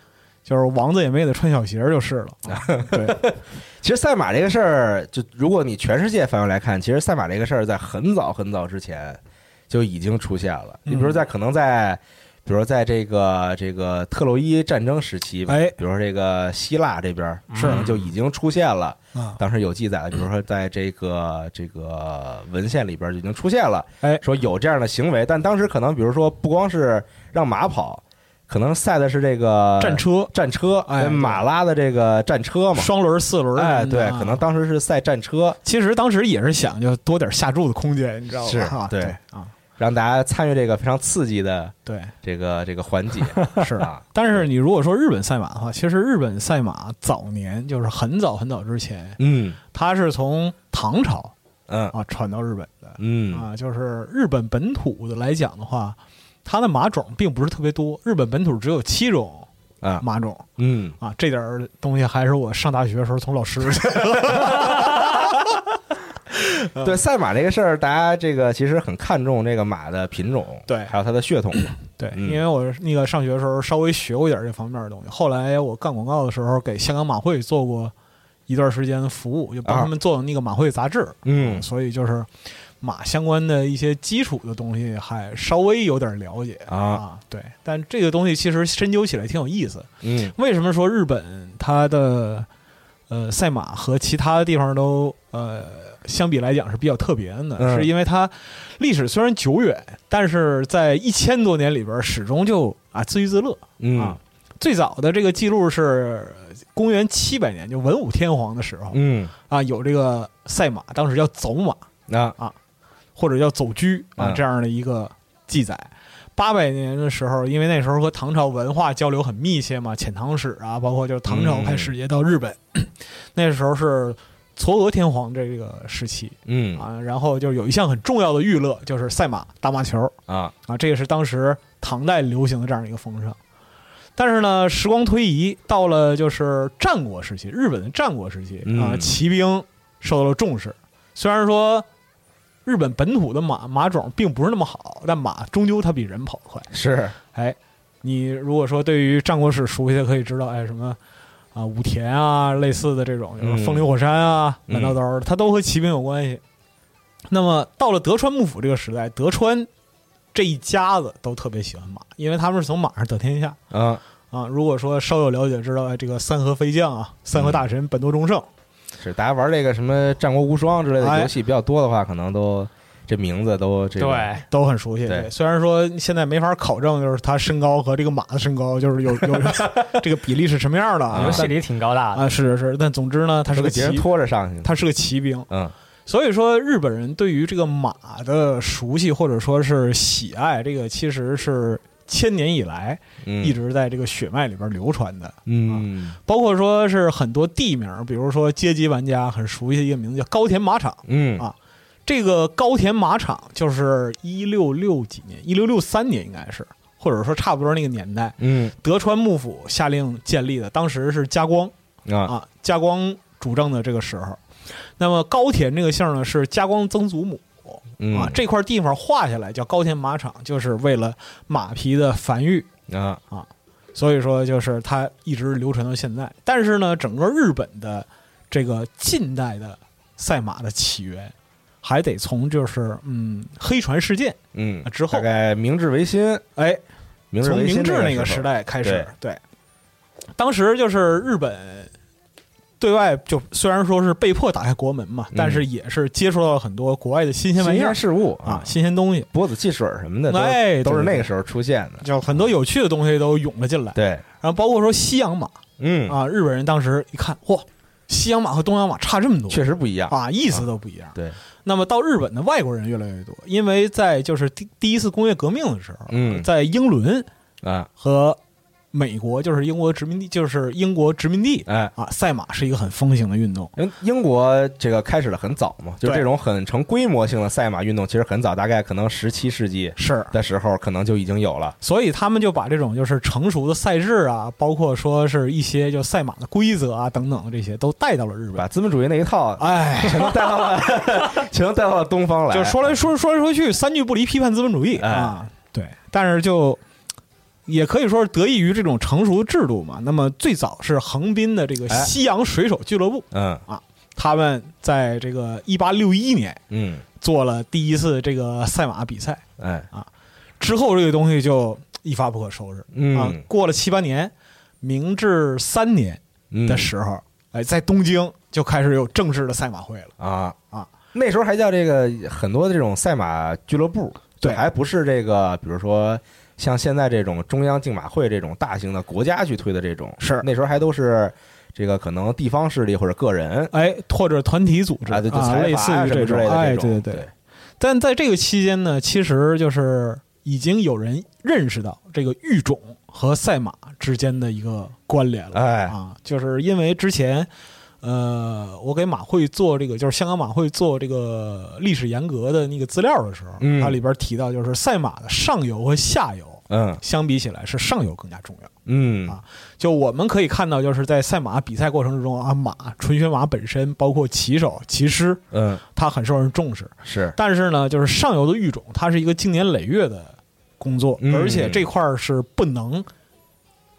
就是王子也没给他穿小鞋儿就是了。哎对，其实赛马这个事儿，就如果你全世界范围来看，其实赛马这个事儿在很早很早之前就已经出现了。你比如说在可能在，比如说在这个这个特洛伊战争时期吧，哎比如说这个希腊这边儿是可能就已经出现了。啊，当时有记载的，比如说在这个这个文献里边儿就已经出现了，哎说有这样的行为，但当时可能比如说不光是让马跑，可能赛的是这个战车、战车，哎对马拉的这个战车嘛，双轮、四轮，嗯哎，嗯对，啊可能当时是赛战车，其实当时也是想就多点下注的空间，你知道吧？是啊对啊，让大家参与这个非常刺激的 对。这个这个环 节，是啊，但是你如果说日本赛马的话，其实日本赛马早年就是很早很早之前，嗯它是从唐朝嗯啊传到日本的嗯啊，就是日本本土的来讲的话，它的马种并不是特别多，日本本土只有七种啊马种嗯，啊，这点儿东西还是我上大学的时候从老师 嗯对，赛马这个事儿，大家这个其实很看重这个马的品种，对还有它的血统嘛，对，嗯因为我那个上学的时候稍微学过一点这方面的东西，后来我干广告的时候给香港马会做过一段时间的服务，就帮啊他们做那个马会杂志，啊嗯所以就是马相关的一些基础的东西还稍微有点了解啊对，但这个东西其实深究起来挺有意思。嗯为什么说日本它的呃赛马和其他的地方都呃相比来讲是比较特别的呢？嗯是因为它历史虽然久远，但是在一千多年里边儿始终就啊自娱自乐嗯啊。最早的这个记录是公元七百年，就文武天皇的时候、嗯，啊，有这个赛马，当时叫走马，那或者叫走居啊嗯这样的一个记载。八百年的时候，因为那时候和唐朝文化交流很密切嘛，遣唐使啊，包括就是唐朝派使节到日本， 那时候是嵯峨天皇这个时期嗯啊。然后就有一项很重要的娱乐，就是赛马、打马球啊啊，这个是当时唐代流行的这样一个风尚。但是呢，时光推移到了就是战国时期，日本的战国时期啊，嗯骑兵受到了重视。虽然说日本本土的马马种并不是那么好，但马终究它比人跑得快。是哎，你如果说对于战国史熟悉的，可以知道，哎，什么啊武田啊，类似的这种，就是风嗯流火山啊、嗯满刀刀，它都和骑兵有关系。那么到了德川幕府这个时代，德川这一家子都特别喜欢马，因为他们是从马上得天下啊啊。如果说稍有了解，知道哎，这个三河飞将啊，三河大神本多忠胜，是，大家玩这个什么《战国无双》之类的哎游戏比较多的话，可能都这名字都这个对，都很熟悉。嗯对虽然说现在没法考证，就是他身高和这个马的身高，就是有 有这个比例是什么样的啊啊游戏里挺高大的。啊，是是是，但总之呢，他是都个给别人骑，拖着上去的。他是个骑兵，嗯所以说日本人对于这个马的熟悉或者说是喜爱，这个其实是千年以来嗯，一直在啊这个血脉里边流传的，嗯包括说是很多地名，比如说街机玩家很熟悉的一个名字叫高田马场。嗯啊这个高田马场就是一六六几年，一六六三年应该是，或者说差不多那个年代，嗯德川幕府下令建立的。当时是加光啊啊，加光主政的这个时候。那么高田这个姓呢是加光曾祖母嗯啊，这块地方划下来叫高田马场，就是为了马匹的繁育，啊所以说就是它一直流传到现在。但是呢，整个日本的这个近代的赛马的起源，还得从就是嗯黑船事件，嗯啊之后大概明治维新，哎，明治从维新明治那那个时时候代开始，对，当时就是日本对外就虽然说是被迫打开国门嘛，嗯但是也是接触到了很多国外的新鲜玩意儿事物啊，，新鲜东西，脖子汽水什么的都哎都是对对那个时候出现的。就很多有趣的东西都涌了进来。对，然后包括说西洋马嗯，啊，日本人当时一看，嚯，西洋马和东洋马差这么多确实不一样。啊，意思都不一样。对，那么到日本的外国人越来越多，因为在就是第第一次工业革命的时候，嗯在英伦啊，和美国，就是英国殖民地，就是英国殖民地哎，啊，赛马是一个很风行的运动。因为英国这个开始的很早嘛，就是对这种很成规模性的赛马运动，其实很早，大概可能十七世纪是，的时候，可能就已经有了。所以他们就把这种就是成熟的赛制啊，包括说是一些就赛马的规则啊等等的这些都带到了日本。把资本主义那一套哎，全都带到 了，全都带到了东方来。就说来说说来说去，三句不离批判资本主义、哎啊。对，但是就也可以说是得益于这种成熟制度嘛。那么最早是横滨的这个哎西洋水手俱乐部，嗯他们在这个一八六一年嗯，做了第一次这个赛马比赛，哎，之后这个东西就一发不可收拾、啊嗯。过了七八年，明治三年嗯的时候，哎，在东京就开始有正式的赛马会了。啊啊，那时候还叫这个很多的这种赛马俱乐部，对就还不是这个，比如说像现在这种中央竞马会这种大型的国家去推的这种，是那时候还都是这个可能地方势力或者个人哎，或者团体组织啊，对，就财类似阀啊于什么之种类，的哎，这对种，对。但在这个期间呢，其实就是已经有人认识到这个育种和赛马之间的一个关联了、哎，啊，就是因为之前。呃，我给马会做这个，就是香港马会做这个历史沿革的那个资料的时候，嗯它里边提到，就是赛马的上游和下游嗯相比起来，是上游更加重要。嗯啊就我们可以看到，就是在赛马比赛过程之中啊，马纯血马本身，包括骑手、骑师，嗯，它很受人重视。是，但是呢，就是上游的育种，它是一个经年累月的工作，嗯而且这块儿是不能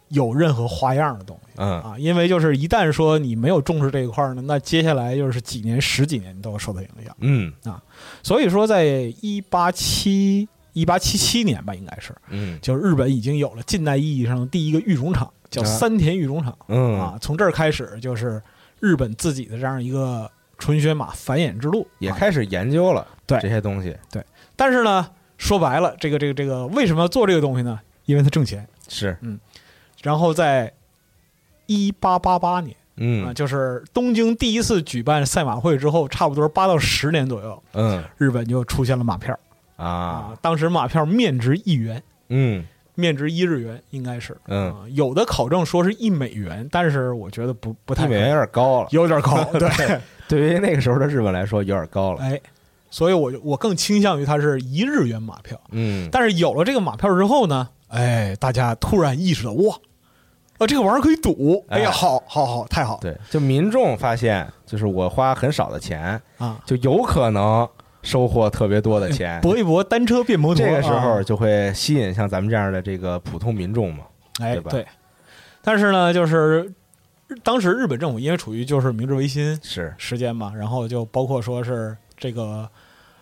有任何花样的东西嗯啊，因为就是一旦说你没有重视这一块儿呢，那接下来就是几年、十几年都受它影响。嗯所以说，在一八七一八七七年吧，应该是，嗯就是日本已经有了近代意义上的第一个育种场，叫啊三田育种场。嗯，啊，从这儿开始就是日本自己的这样一个纯血马繁衍之路也啊开始研究了对这些东西，但是呢，说白了，这个这个这个为什么要做这个东西呢？因为它挣钱。是，然后在一八八八年啊，嗯就是东京第一次举办赛马会之后，差不多八到十年左右，嗯日本就出现了马票啊，当时马票面值一元，嗯面值一日元应该是，嗯，啊有的考证说是一美元，但是我觉得不不太一美元可有能点高了，有点高， 对，对于那个时候的日本来说有点高了，哎，所以我就我更倾向于它是一日元马票。嗯。但是有了这个马票之后呢，哎，大家突然意识到，哇，啊，这个玩意儿可以赌，哎呀，哎好好好，太好了对，就民众发现，就是我花很少的钱，啊！就有可能收获特别多的钱。搏一搏，单车变摩托，这个时候哎啊就会吸引像咱们这样的这个普通民众嘛。哎，对吧对。但是呢，就是日当时日本政府因为处于就是明治维新是，时间嘛，然后就包括说是这个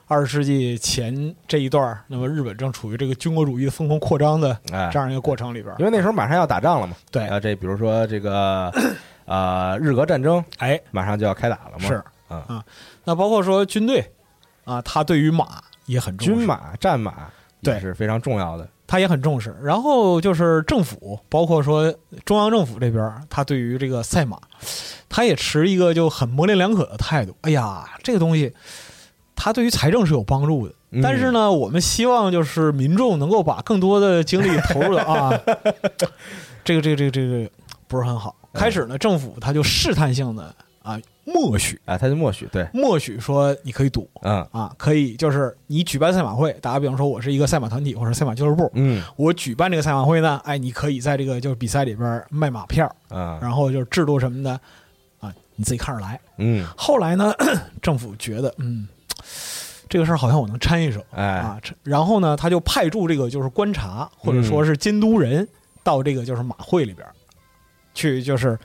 二十世纪前这一段儿，那么日本正处于这个军国主义的疯狂扩张的哎这，样一个过程里边儿，因为那时候马上要打仗了嘛。对啊，这比如说这个，呃，日俄战争哎，马上就要开打了嘛。是，嗯啊，那包括说军队啊，他对于马也很重视，军马、战马对也是非常重要的。他也很重视。然后就是政府，包括说中央政府这边儿，他对于这个赛马，他也持一个就很模棱两可的态度。哎呀，这个东西，他对于财政是有帮助的。嗯但是呢，我们希望就是民众能够把更多的精力投入到啊，这个这个这个这个不是很好。开始呢，政府他就试探性的啊，默许啊，他就默许对，默许说你可以赌，嗯啊，可以就是你举办赛马会，打个比方说，我是一个赛马团体或者赛马俱乐部，嗯我举办这个赛马会呢，哎，你可以在这个就是比赛里边卖马票，啊然后就是制度什么的啊，你自己看着来。嗯，后来呢， 政府觉得嗯，这个事儿好像我能掺一手哎，啊，这然后呢，他就派驻这个就是观察或者说是监督人到这个就是马会里边去，就是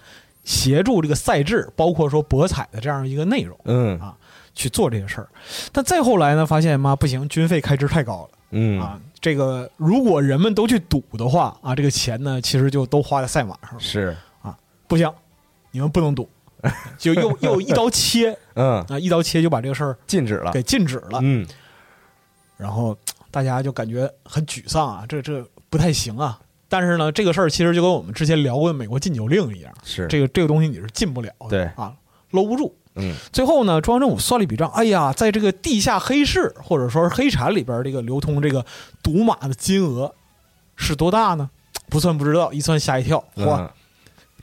协助这个赛制，包括说博彩的这样一个内容。嗯啊去做这些事儿。但再后来呢，发现妈不行，军费开支太高了嗯啊。这个如果人们都去赌的话啊，这个钱呢其实就都花在赛马上了是，不行，你们不 能赌，就又又一刀切嗯，啊，一刀切就把这个事儿禁止了，给禁止了。嗯，然后大家就感觉很沮丧啊，这这不太行啊。但是呢，这个事儿其实就跟我们之前聊过的美国禁酒令一样，是，这个这个东西你是禁不了的，对啊，搂不住。嗯最后呢，中央政府算了一笔账，哎呀，在这个地下黑市或者说是黑产里边，这个流通这个赌马的金额是多大呢？不算不知道，一算吓一跳，哇，嗯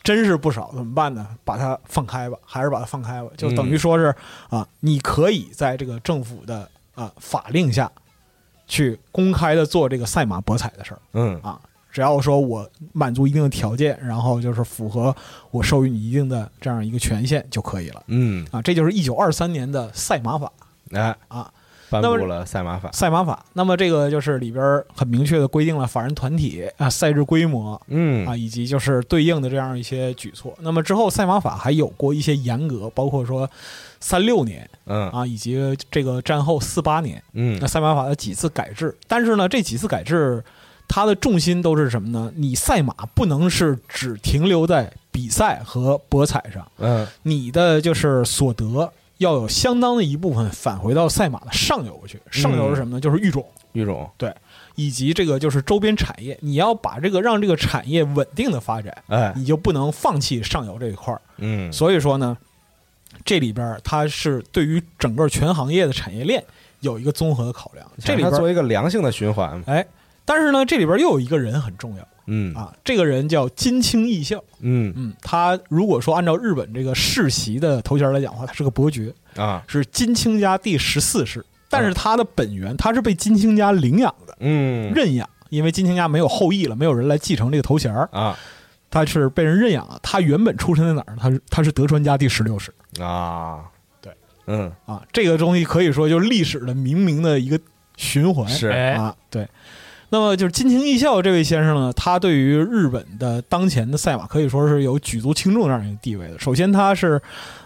真是不少，怎么办呢？把它放开吧，还是把它放开吧，就等于说是、啊，你可以在这个政府的啊法令下，去公开的做这个赛马博彩的事儿嗯啊，只要说我满足一定的条件，然后就是符合我授予你一定的这样一个权限就可以了嗯，啊，这就是一九二三年的赛马法哎，啊，颁那布么了赛马法，赛马法。那么这个就是里边儿很明确的规定了法人团体啊赛制规模嗯啊，以及就是对应的这样一些举措。那么之后，赛马法还有过一些严格，包括说三六年嗯啊，以及这个战后四八年，那嗯赛马法的几次改制。但是呢，这几次改制，它的重心都是什么呢？你赛马不能是只停留在比赛和博彩上，嗯你的就是所得。要有相当的一部分返回到赛马的上游去，上游是什么呢？就是育种，玉种，以及这个就是周边产业。你要把这个让这个产业稳定的发展，哎，你就不能放弃上游这一块儿。嗯，所以说呢，这里边儿它是对于整个全行业的产业链有一个综合的考量。这里它边作儿，为一个良性的循环嘛，哎，但是呢，这里边儿又有一个人很重要嗯啊，这个人叫金清义孝。嗯嗯，他如果说按照日本这个世袭的头衔来讲的话，他是个伯爵，啊，是金清家第十四世。但是他的本源，他是被金清家领养的，嗯认养，因为金清家没有后裔了，没有人来继承这个头衔儿啊他是被人认养了。他原本出生在哪儿呢？他是他是德川家第十六世啊，对，嗯啊。这个东西可以说就是历史的冥冥的一个循环是，哎啊，对。那么就是金清义孝这位先生呢，他对于日本的当前的赛马可以说是有举足轻重这样一个地位的。首先，他是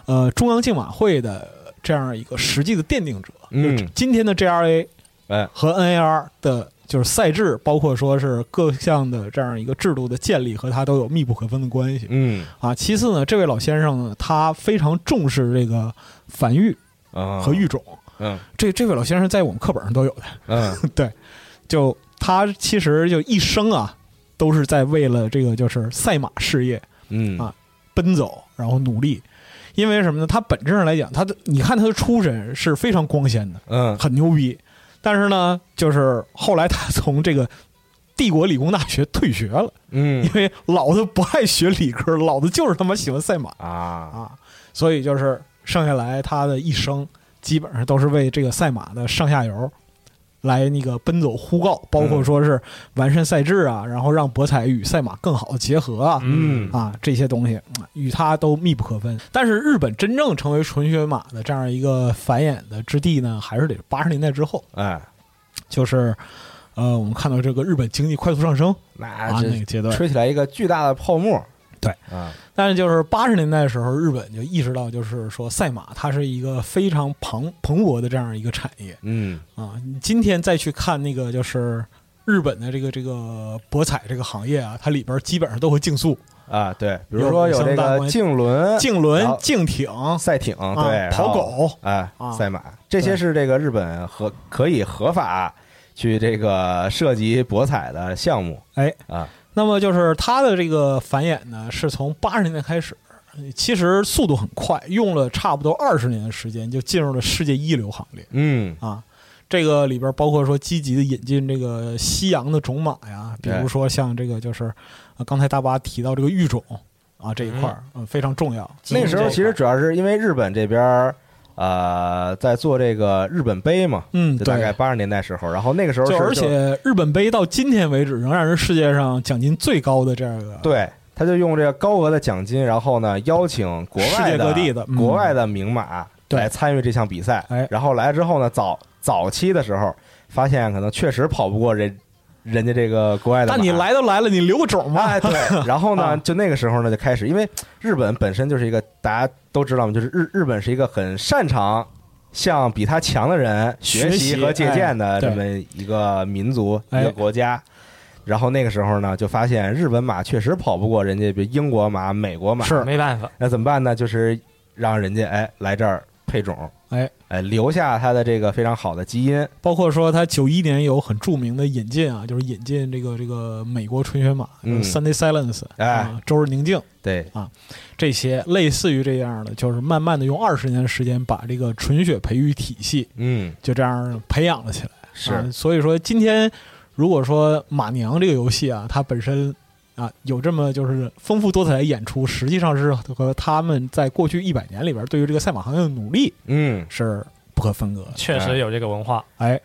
呃中央竞马会的这样一个实际的奠定者，嗯今天的 JRA 哎和 NAR 的，就是赛制，包括说是各项的这样一个制度的建立和它都有密不可分的关系嗯啊。其次呢，这位老先生呢，他非常重视这个繁育啊和育种，嗯这这位老先生在我们课本上都有的。嗯 对，就他其实就一生啊，都是在为了这个就是赛马事业嗯啊奔走，然后努力。因为什么呢？他本质上来讲，他的你看他的出身是非常光鲜的，嗯很牛逼。但是呢，就是后来他从这个帝国理工大学退学了，因嗯为老子不爱学理科，老子就是他妈喜欢赛马啊，啊，所以就是剩下来他的一生基本上都是为这个赛马的上下游来那个奔走呼告，包嗯括说是完善赛制啊，然后让博彩与赛马更好的结合啊。嗯啊，这些东西嗯与它都密不可分。但是日本真正成为纯血马的这样一个繁衍的之地呢，还是得八十年代之后。哎，就是呃，我们看到这个日本经济快速上升啊那那哎这个阶段，吹起来一个巨大的泡沫，对啊，但是就是八十年代的时候，日本就意识到，就是说赛马它是一个非常蓬蓬勃的这样一个产业嗯啊。你今天再去看那个就是日本的这个这个博彩这个行业啊，它里边基本上都会竞速、啊，对，比如说有这个竞轮、竞轮然后、竞艇赛艇，对，啊跑狗哎啊，赛马，这些是这个日本合可以合法去这个涉及博彩的项目哎，啊，那么就是它的这个繁衍呢，是从八十年代开始，其实速度很快，用了差不多二十年的时间就进入了世界一流行列嗯啊。这个里边包括说积极的引进这个西洋的种马呀，比如对说像这个就是呃刚才大巴提到这个育种啊这一块儿，嗯，非常重要。那个时候其实主要是因为日本这边儿呃在做这个日本杯嘛，嗯，就大概对。八十年代时候，然后那个时候是就而就且日本杯到今天为止仍然是世界上奖金最高的这样一个对。他就用这个高额的奖金，然后呢，邀请国外世界各地的嗯国外的名马对来参与这项比赛。哎然后来之后呢，早早期的时候发现可能确实跑不过人人家这个国外的马。但你来都来了，你留个种吧。 哎， 对，然后呢啊，就那个时候呢，就开始，因为日本本身就是一个大家都知道嘛，就是日日本是一个很擅长向比他强的人学学习习和借鉴的哎这对么一个民族、哎一个国家。然后那个时候呢，就发现日本马确实跑不过人家，比如英国马、美国马。是没办法，那怎么办呢？就是让人家哎来这儿配种，哎哎留下它的这个非常好的基因。包括说他九一年有很著名的引进啊，就是引进这个这个美国纯血马、嗯 Sunday Silence，哎啊，周日宁静对，这些类似于这样的，就是慢慢的用二十年的时间把这个纯血培育体系嗯，就这样培养了起来。是嗯啊所以说今天如果说马娘这个游戏啊，它本身啊有这么就是丰富多彩的演出，实际上是和他们在过去一百年里边对于这个赛马行业的努力嗯。是不可分割的。确实有这个文化。哎，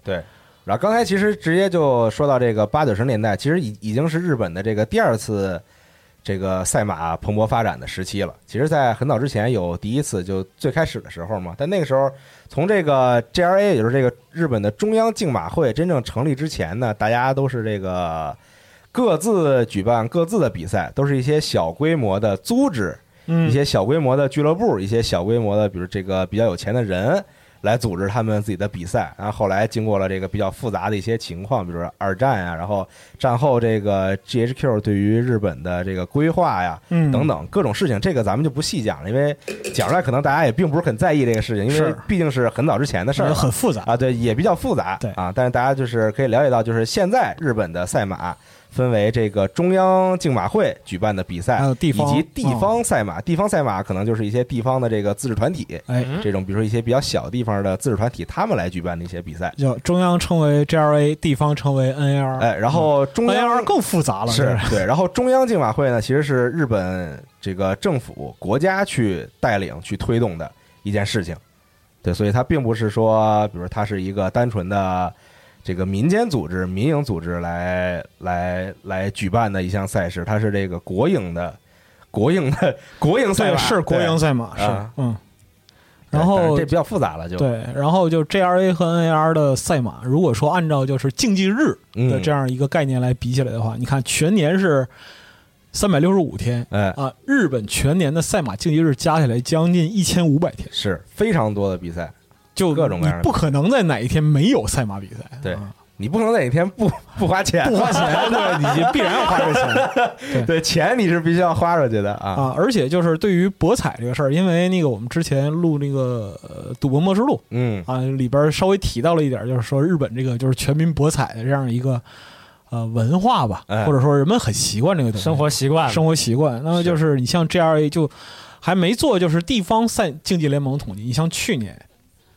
然后刚才其实直接就说到这个八九十年代，其实已已经是日本的这个第二次这个赛马蓬勃发展的时期了。其实，在很早之前有第一次，就最开始的时候嘛，但那个时候从这个 JRA，也就是这个日本的中央竞马会真正成立之前呢，大家都是这个各自举办各自的比赛，都是一些小规模的组织一嗯，些小规模的俱乐部，一些小规模的，比如这个比较有钱的人来组织他们自己的比赛。然后后来经过了这个比较复杂的一些情况，比如说二战呀、然后战后这个 GHQ 对于日本的这个规划呀、嗯等等各种事情，这个咱们就不细讲了，因为讲出来可能大家也并不是很在意这个事情，因为是毕竟是很早之前的事儿了。很复杂。啊，对，也比较复杂，对啊，但是大家就是可以了解到，就是现在日本的赛马分为这个中央竞马会举办的比赛，还有地方嗯以及地方赛马，地方赛马可能就是一些地方的这个自治团体，哎，嗯这种比如说一些比较小地方的自治团体，他们来举办的一些比赛，叫中央称为 GRA，地方称为 NAR。哎，然嗯后中央 NAR 更复杂了，是对，然后中央竞马会呢，其实是日本这个政府国家去带领去推动的一件事情，对，所以它并不是说，比如它是一个单纯的这个民间组织、民营组织来来来举办的一项赛事，它是这个国营的国营的国营赛对，马是国营，赛马，对是啊嗯。对然但是后这比较复杂了就，对，然后就 JRA 和 NAR 的赛马，如果说按照就是竞技日的嗯这样一个概念来比起来的话，你看全年是三百六十五天哎啊，日本全年的赛马竞技日加起来将近一千五百天，是非常多的比赛，就各种各样的你不可能在哪一天没有赛马比赛，对啊你不可能哪天不不花钱，不花钱，哎对，你必然要花这钱。对钱你是必须要花出去的啊， 啊，而且就是对于博彩这个事儿，因为那个我们之前录那个呃《赌博默示录嗯》啊，里边儿稍微提到了一点儿，就是说日本这个就是全民博彩的这样一个呃文化吧，哎或者说人们很习惯这个东西，生活习惯了，生活习惯。那么就是你像 GRA 就还没做就是地方赛竞技联盟统计，你像去年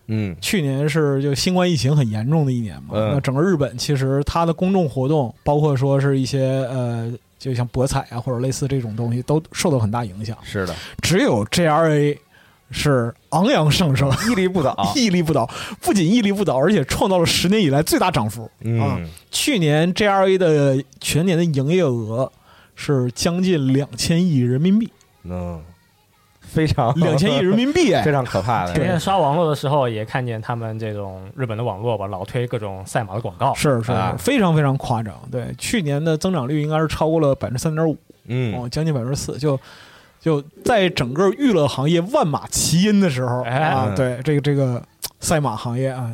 嗯去年是就新冠疫情很严重的一年嘛，嗯那整个日本其实它的公众活动，包括说是一些呃。就像博彩啊，或者类似这种东西，都受到很大影响。是的，只有 JRA 是昂扬上升，，屹立不倒屹立不倒。不仅屹立不倒，而且创造了十年以来最大涨幅。啊嗯。去年 JRA 的全年的营业额是将近两千亿人 民币，嗯，非常两千亿人民币 非哎。常可怕的，昨天刷网络的时候也看见他们这种日本的网络吧，老推各种赛马的广告。是是啊，非常非常夸张。对，去年的增长率应该是超过了百分之三点五，嗯哦，将近百分之四，就就在整个娱乐行业万马齐喑的时候哎啊，嗯对这个这个赛马行业啊，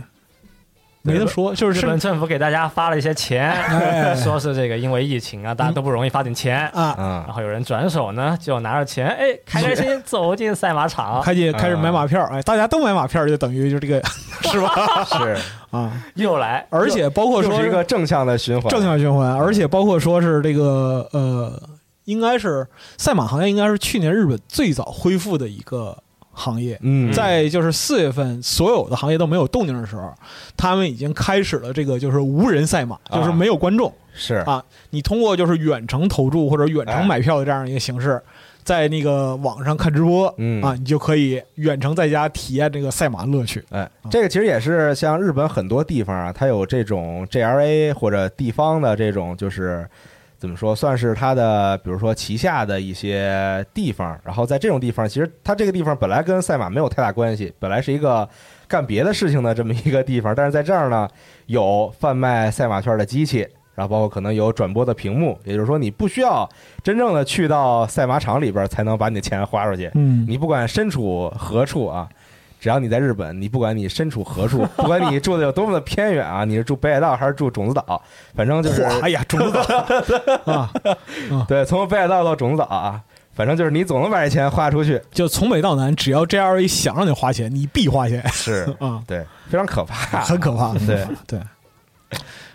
没得说，就是哎日甚本至政府给大家发了一些钱， 说是这个因为疫情啊，大家都不容易发点钱，啊，然啊，后有人转手呢就拿着钱，哎，开开心心走进赛马 场，开始开始买马票，哎，大家都买马票，就等于就是这个是吧？ 是，啊，又来，而且包括又说是一个正向的循环，正向循环，而且包括说是这个呃，应该是赛马行业应该是去年日本最早恢复的一个行业。嗯，在就是四月份，所有的行业都没有动静的时候，他们已经开始了这个就是无人赛马，啊就是没有观众是啊。你通过就是远程投注或者远哎程买票的这样一个形式，在那个网上看直播，嗯啊，你就可以远程在家体验这个赛马乐趣。哎，这个其实也是像日本很多地方啊，它有这种 JRA 或者地方的这种，就是怎么说，算是它的，比如说旗下的一些地方。然后在这种地方，其实它这个地方本来跟赛马没有太大关系，本来是一个干别的事情的这么一个地方，但是在这儿呢，有贩卖赛马券的机器。然后包括可能有转播的屏幕，也就是说你不需要真正的去到赛马场里边儿才能把你的钱花出去，嗯你不管身处何处啊，只要你在日本，你不管你身处何处，不 管你住的有多么的偏远啊，你是住北海道还是住种子岛，反正就是嚯哎呀，种 子岛啊，对，从北海道到种子岛啊，反正就是你总能把这钱花出 去，就从北到南，只要 JRA 想让你花钱，你必 花钱是啊，对，非常可怕， 很可怕。嗯对对，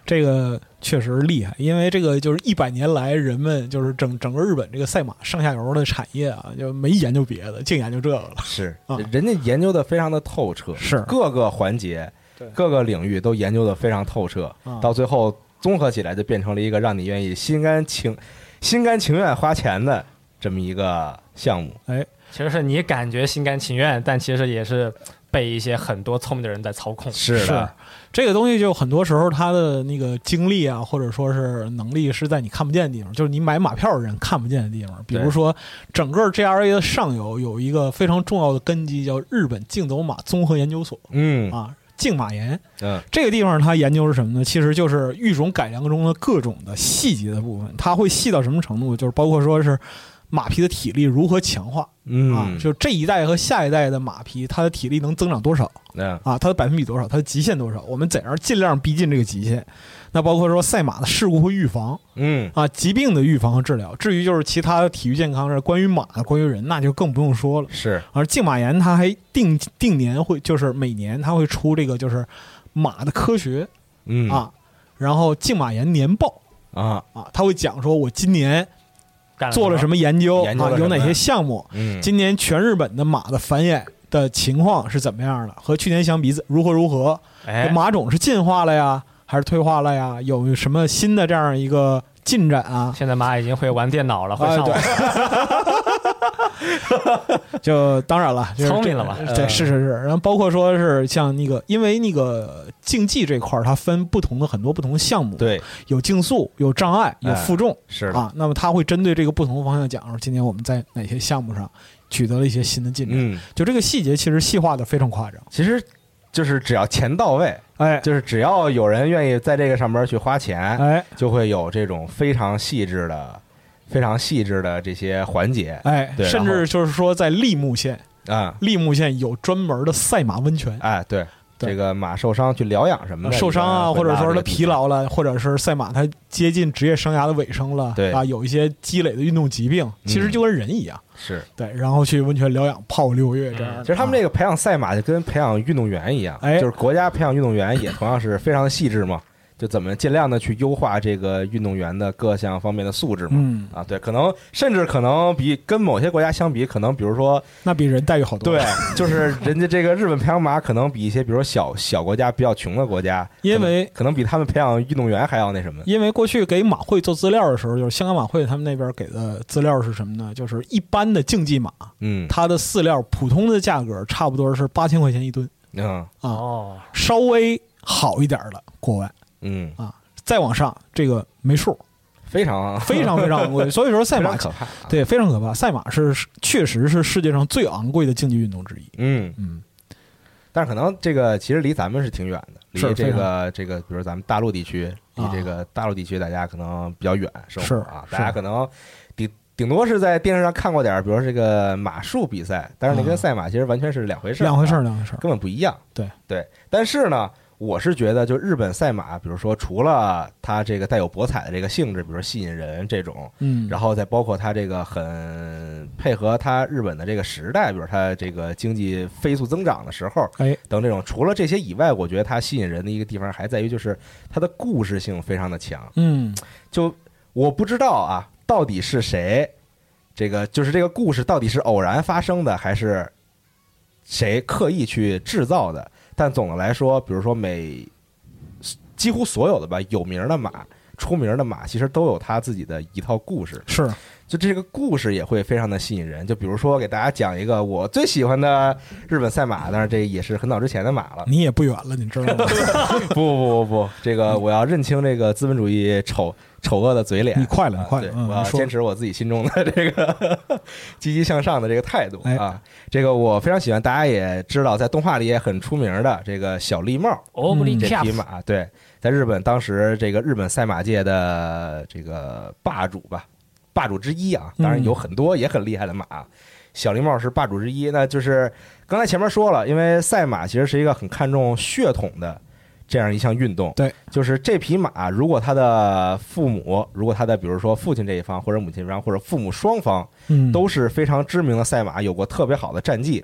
这个确实厉害，因为这个就是一百年来人们就是整整个日本这个赛马上下游的产业啊，就没研究别的，净研究这个了。是啊，人家研究的非常的透彻，是各个环节对、各个领域都研究的非常透彻啊，到最后综合起来就变成了一个让你愿意心甘情心甘情愿花钱的这么一个项目。其实是你感觉心甘情愿，但其实也是被一些很多聪明的人在操控。是是的，这个东西，就很多时候他的那个精力啊，或者说是能力，是在你看不见的地方，就是你买马票的人看不见的地方。比如对说，整个 JRA 的上游有一个非常重要的根基，叫日本竞走马综合研究所嗯啊，竞马研。嗯，这个地方它研究是什么呢？其实就是育种改良中的各种的细节的部分，它会细到什么程度？就是包括说是马匹的体力如何强化啊嗯，，就这一代和下一代的马匹，它的体力能增长多少嗯啊？它的百分比多少？它的极限多少？我们怎样尽量逼近这个极限？那包括说赛马的事故和预防嗯，啊，疾病的预防和治疗。至于就是其他的体育健康是关于马、关于人，那就更不用说了。是而竞马研它还定定年会，就是每年它会出这个就是马的科学嗯啊，然后竞马研年报啊啊，他会讲说我今年干做了什么研究研究了啊，有哪什么些项目，嗯，今年全日本的马的繁衍的情况是怎么样的，和去年相比怎如何如何，么？哎，马种是进化了呀，还是退化了呀？有什么新的这样一个进展啊？现在马已经会玩电脑了，会哎上网。 就当然了，就是聪明这了嘛对，呃是是是。然后包括说是像那个，因为那个竞技这块儿，它分不同的很多不同的项目，，对，有竞速，有障碍，有哎负重，是的，啊，那么他会针对这个不同的方向讲，说今年我们在哪些项目上取得了一些新的进展。嗯，就这个细节其实细化的非常夸张，其实就是只要钱到位，哎就是只要有人愿意在这个上面去花钱，哎就会有这种非常细致的、非常细致的这些环节哎，对甚然至后就是说在立木县，啊，立木县有专门的赛马温泉。哎，对，对这个马受伤去疗养什么呃的，受伤啊，你看或者会拉这说是他个地方疲，劳了，或者是赛马他接近职业生涯的尾声了，对啊，有一些积累的运动疾病，其实嗯就跟人一样，是，对，然后去温泉疗养泡六个月这样啊的。嗯其实他们这个培养赛马就跟培养运动员一样，哎就是国家培养运动员也同样是非常细致嘛，就怎么尽量的去优化这个运动员的各项方面的素质嘛。嗯，啊，对，可能甚至可能比跟某些国家相比，可能比如说，那比人待遇好多对了，，就是人家这个日本培养马，可能比一些比如说小小国家比较穷的国家，因为可能可能比他们培养运动员还要那什么。因为过去给马会做资料的时候，就是香港马会他们那边给的资料是什么呢？就是一般的竞技马，嗯它的饲料普通的价格差不多是八千块钱一吨，嗯哦，稍微好一点的国外嗯，啊，再往上这个没数，非常非常非常 昂贵。所以说赛非马常可怕。，对非常可怕，赛马是确实是世界上最昂贵的竞技运动之一。嗯，嗯，但是可能这个其实离咱们是挺远的，离是这非个这个，比如咱们大陆地区，离啊这个大陆地区大家可能比较远，生是活啊，是大家可能顶顶多是在电视上看过点儿，比如说这个马术比赛，但是那跟嗯赛马其实完全是两回事，两回事啊儿，两回事儿。根本不一样。对对，但是呢。我是觉得，就日本赛马，比如说除了它这个带有博彩的这个性质，比如说吸引人这种，嗯，然后再包括它这个很配合它日本的这个时代，比如它这个经济飞速增长的时候，哎，等这种除了这些以外，我觉得它吸引人的一个地方还在于就是它的故事性非常的强。嗯，就我不知道啊，到底是谁，这个就是这个故事到底是偶然发生的，还是谁刻意去制造的？但总的来说，比如说每几乎所有的吧有名的马、出名的马，其实都有它自己的一套故事。是就这个故事也会非常的吸引人。就比如说，给大家讲一个我最喜欢的日本赛马，当然这也是很早之前的马 了。你也不远了，你知 道吗？啊不不不不，这个我要认清这个资本主义丑丑恶的嘴脸。你快了啊你快了对嗯我要你说坚持我自己心中的这个 积极向上的这个态度哎啊。这个我非常喜欢，大家也知道，在动画里也很出名的这个小绿帽欧布利嗯这卡匹马，对，在日本当时这个日本赛马界的这个霸主吧，霸主之一啊，当然有很多也很厉害的马。小林帽是霸主之一。那就是刚才前面说了，因为赛马其实是一个很看重血统的这样一项运动。对，就是这匹马，如果它的父母，如果它的比如说父亲这一方，或者母亲这一方，或者父母双方嗯都是非常知名的赛马，有过特别好的战绩，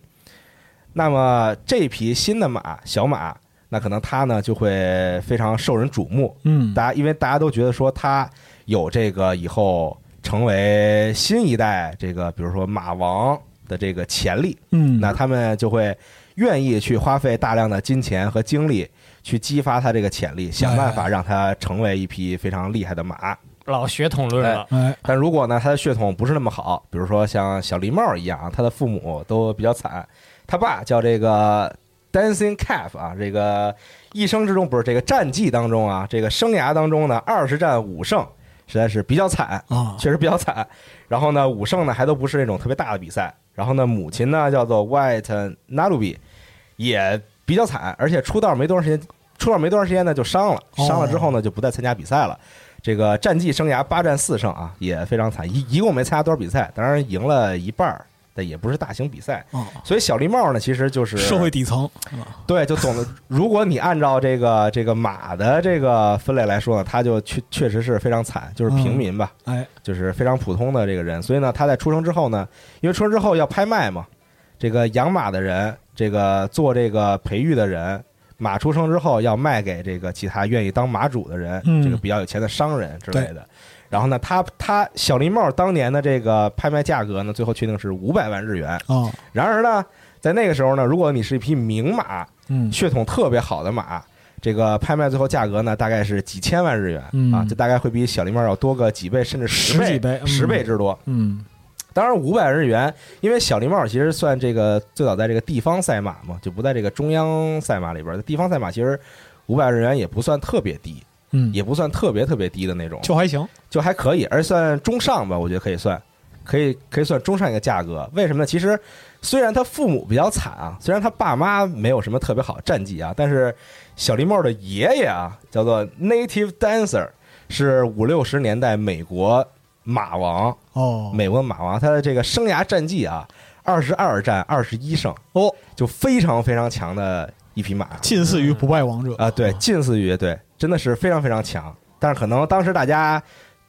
那么这匹新的马小马，那可能它呢就会非常受人瞩目。嗯大家因为大家都觉得说他有这个以后成为新一代这个，比如说马王的这个潜力，嗯，那他们就会愿意去花费大量的金钱和精力去激发他这个潜力，哎想办法让他成为一匹非常厉害的马。老血统论了，哎但如果呢，他的血统不是那么好，比如说像小狸帽一样啊，他的父母都比较惨，他爸叫这个 Dancing Calf 啊，这个一生之中不是这个战绩当中啊，这个生涯当中呢，二十战五胜，实在是比较惨，啊，确实比较惨。然后呢，五胜呢还都不是那种特别大的比赛。然后呢，母亲呢叫做 White Narubi，也比较惨，而且出道没多长时间，出道没多长时间呢就伤了，哦伤了之后呢就不再参加比赛了。这个战绩生涯八战四胜啊，也非常惨，一一共没参加多少比赛，当然赢了一半儿，但也不是大型比赛。啊所以小狸帽呢，其实就是社会底层，对，就总的，如果你按照这个这个马的这个分类来说呢，他就确确实是非常惨，就是平民吧，哎，就是非常普通的这个人。所以呢，他在出生之后呢，因为出生之后要拍卖嘛，这个养马的人，这个做这个培育的人，马出生之后要卖给这个其他愿意当马主的人，嗯这个比较有钱的商人之类的。然后呢，他他小林帽当年的这个拍卖价格呢，最后确定是五百万日元。啊，然而呢，在那个时候呢，如果你是一匹名马，嗯血统特别好的马，这个拍卖最后价格呢，大概是几千万日元、嗯啊，这大概会比小狸猫要多个几倍，甚至十倍、几倍嗯十倍之多。嗯当然，五百日元，因为小狸猫其实算这个最早在这个地方赛马嘛，就不在这个中央赛马里边儿。地方赛马其实五百日元也不算特别低，嗯，也不算特别特别低的那种，就还行，就还可以，而算中上吧，我觉得可以算，可以可以算中上一个价格。为什么呢？其实虽然他父母比较惨啊，虽然他爸妈没有什么特别好的战绩啊，但是小狸猫的爷爷啊，叫做 Native Dancer，是五六十年代美国马王，哦，美国马王，他的这个生涯战绩啊，二十二战二十一胜，哦，就非常非常强的一匹马。近似于不败王者啊，对，近似于乐队真的是非常非常强，但是可能当时大家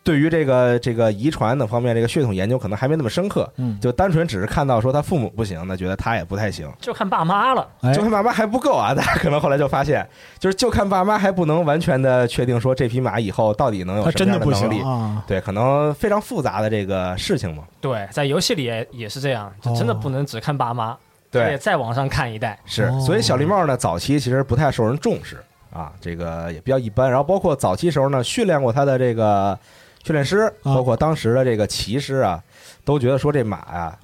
对于这个这个遗传等方面这个血统研究可能还没那么深刻，嗯就单纯只是看到说他父母不行，那觉得他也不太行，就看爸妈了。哎就看爸妈还不够啊， 大家可能后来就发现，就是就看爸妈还不能完全的确定说这匹马以后到底能有他什真么的样不能行力，啊，对，可能非常复杂的这个事情嘛，对，在游戏里也也是这样，就真的不能只看爸妈，对，得再往上看一代。是哦，所以小狸帽呢，早期其实不太受人重视啊，这个也比较一般。然后包括早期时候呢，训练过他的这个训练师，啊包括当时的这个骑师啊，都觉得说这马啊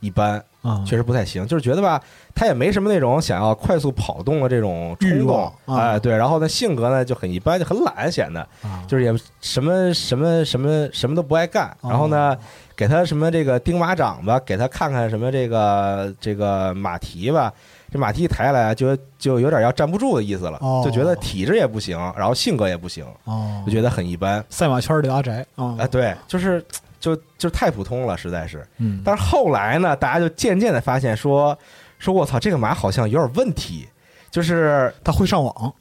一般，啊，确实不太行，就是觉得吧，他也没什么那种想要快速跑动的这种欲冲动望，啊哎，对。然后呢，性格呢就很一般，就很懒，显得啊就是也什么什么什么什么都不爱干。然后呢，给他什么这个钉马掌吧，给他看看什么这个这个马蹄吧，这马蹄抬下来啊就就有点要站不住的意思了哦，就觉得体质也不行，然后性格也不行，哦就，觉得很一般赛马圈里的阿宅啊啊。，对，就是就就太普通了，实在是。嗯，但是后来呢，大家就渐渐的发现说说我操，这个马好像有点问题。就是他会上网，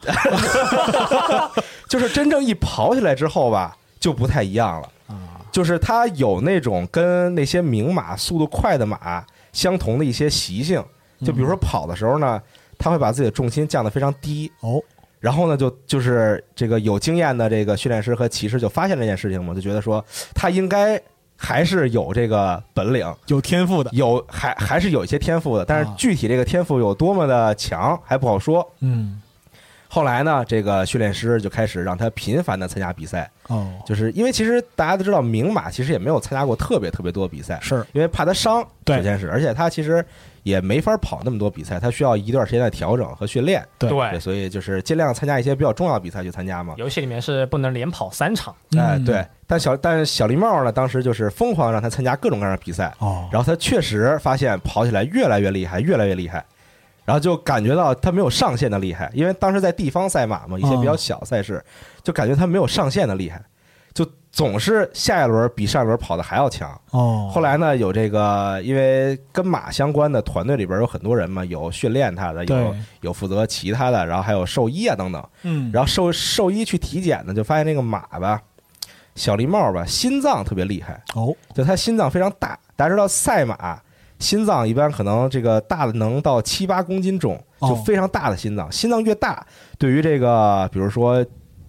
就是真正一跑起来之后吧，就不太一样了。啊，就是它有那种跟那些名马速度快的马相同的一些习性，嗯就比如说跑的时候呢，它会把自己的重心降得非常低，哦，然后呢，就就是这个有经验的这个训练师和骑士就发现这件事情嘛，就觉得说他应该还是有这个本领，有天赋的，有还还是有一些天赋的，但是啊具体这个天赋有多么的强还不好说。嗯，后来呢，这个训练师就开始让他频繁的参加比赛，哦，就是因为其实大家都知道，名马其实也没有参加过特别特别多的比赛，是因为怕他伤，对首先是，而且他其实也没法跑那么多比赛，他需要一段时间的调整和训练，对对，所以就是尽量参加一些比较重要的比赛去参加嘛。游戏里面是不能连跑三场，哎，嗯对，但小但是小狸帽呢，当时就是疯狂让他参加各种各样的比赛，哦，然后他确实发现跑起来越来越厉害，越来越厉害，然后就感觉到他没有上限的厉害，嗯因为当时在地方赛马嘛，一些比较小赛事，就感觉他没有上限的厉害，就总是下一轮比上一轮跑的还要强。哦，后来呢，有这个因为跟马相关的团队里边有很多人嘛，有训练他的，有对有负责骑他的，然后还有兽医啊等等。嗯，然后兽兽医去体检呢，就发现那个马吧，小狸猫吧，心脏特别厉害，哦，就它心脏非常大。大家知道赛马心脏一般可能这个大的能到七八公斤重，哦就非常大的心脏。心脏越大，对于这个比如说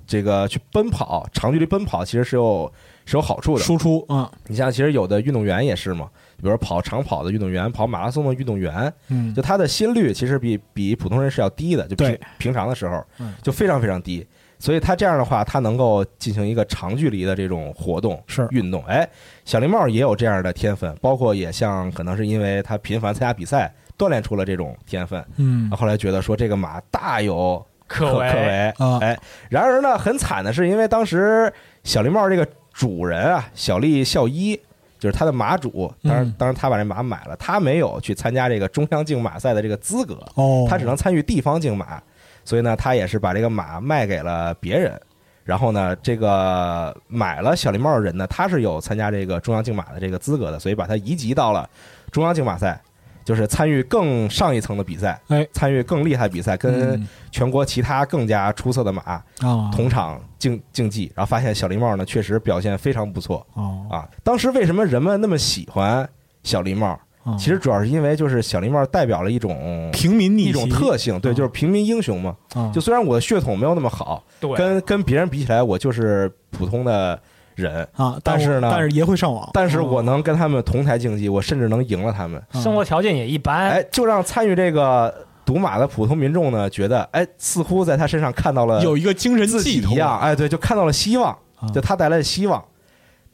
这个去奔跑、长距离奔跑，其实是有是有好处的。输出，嗯你像其实有的运动员也是嘛，比如说跑长跑的运动员、跑马拉松的运动员，嗯，就他的心率其实比比普通人是要低的，就平对平常的时候嗯就非常非常低。所以他这样的话，他能够进行一个长距离的这种活动是运动。哎，小林帽也有这样的天分，包括也像可能是因为他频繁参加比赛，锻炼出了这种天分。嗯后来觉得说这个马大有可可为，为啊哎，然而呢，很惨的是，因为当时小绿帽这个主人啊，小丽孝一，就是他的马主，当然嗯，当然他把这马买了，他没有去参加这个中央竞马赛的这个资格，哦，他只能参与地方竞马，所以呢，他也是把这个马卖给了别人。然后呢，这个买了小绿帽的人呢，他是有参加这个中央竞马的这个资格的，所以把他移籍到了中央竞马赛，就是参与更上一层的比赛，哎参与更厉害的比赛，跟嗯全国其他更加出色的马啊同场竞竞技，然后发现小狸帽呢确实表现非常不错哦，啊。当时为什么人们那么喜欢小狸帽？啊其实主要是因为就是小狸帽代表了一种平民逆袭一种特性，对，啊就是平民英雄嘛。啊就虽然我的血统没有那么好，对，跟跟别人比起来，我就是普通的人，啊，但是我呢但是也会上网，但是我能跟他们同台竞技，我甚至能赢了他们。啊生活条件也一般哎，，就让参与这个赌马的普通民众呢，觉得哎，似乎在他身上看到了有一个精神呃自己寄一托样，哎，对，就看到了希望，啊就他带来的希望。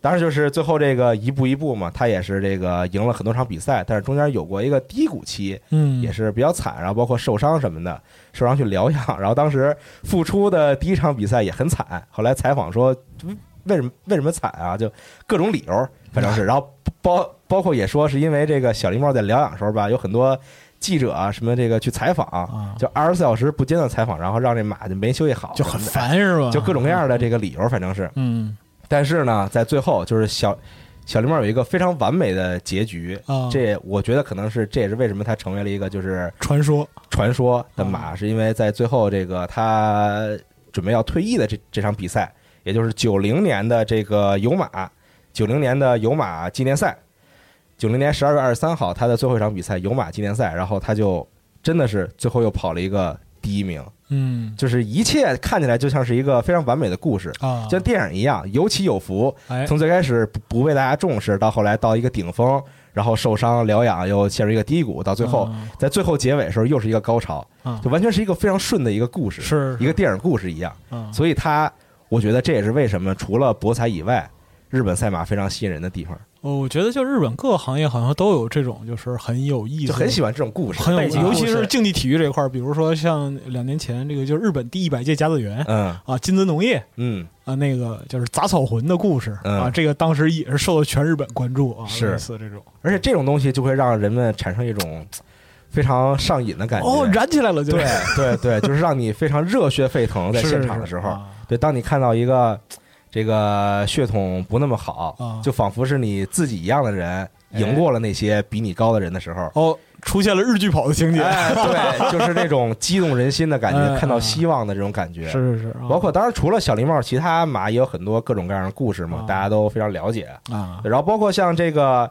当然，就是最后这个一步一步嘛，他也是这个赢了很多场比赛，但是中间有过一个低谷期，嗯也是比较惨，然后包括受伤什么的，受伤去疗养， 然后当时复出的第一场比赛也很惨，后来采访说嗯为什么为什么惨啊，就各种理由，反嗯正是，然后包包括也说是因为这个小狸猫在疗养的时候吧，有很多记者啊什么这个去采啊访，就二十四小时不间断采访，然后让这马就没休息好，就很烦啊是吧？就各种各样的这个理由，反正是。嗯但是呢，在最后就是小小狸猫有一个非常完美的结局，啊，这我觉得可能是这也是为什么它成为了一个就是传说传说的马，是因为在最后这个它准备要退役的这这场比赛，也就是九零年的这个有马，九零年的有马纪念赛，九零年十二月二十三号它的最后一场比赛有马纪念赛，然后它就真的是最后又跑了一个第一名，嗯就是一切看起来就像是一个非常完美的故事。啊，像电影一样有起有伏，哎从最开始不不被大家重视，到后来到一个顶峰，然后受伤疗养，又陷入一个低谷，到最后啊在最后结尾的时候又是一个高潮啊，就完全是一个非常顺的一个故事，是一个电影故事一样。啊所以它，我觉得这也是为什么除了博彩以外，日本赛马非常吸引人的地方，哦我觉得就日本各个行业好像都有这种，就是很有意思，就很喜欢这种故事。很有背意思，景尤故其事是竞技体育这一块儿，比如说像两年前这个就是日本第一百届甲子园嗯啊，金泽农业嗯，啊，那个就是杂草魂的故事嗯啊，这个当时也是受到全日本关注啊，是类似这种而且这种东西就会让人们产生一种非常上瘾的感觉。哦，燃起来了，就是对对对，就是让你非常热血沸腾，在是现是场的是时候。啊对，当你看到一个这个血统不那么好，啊就仿佛是你自己一样的人哎赢过了那些比你高的人的时候，哦，出现了日剧跑的情节，哎， 对，就是那种激动人心的感觉，哎看到希望的这种感觉。是是是，啊包括当然除了小狸帽，其他马也有很多各种各样的故事嘛啊，大家都非常了解。啊，然后包括像这个，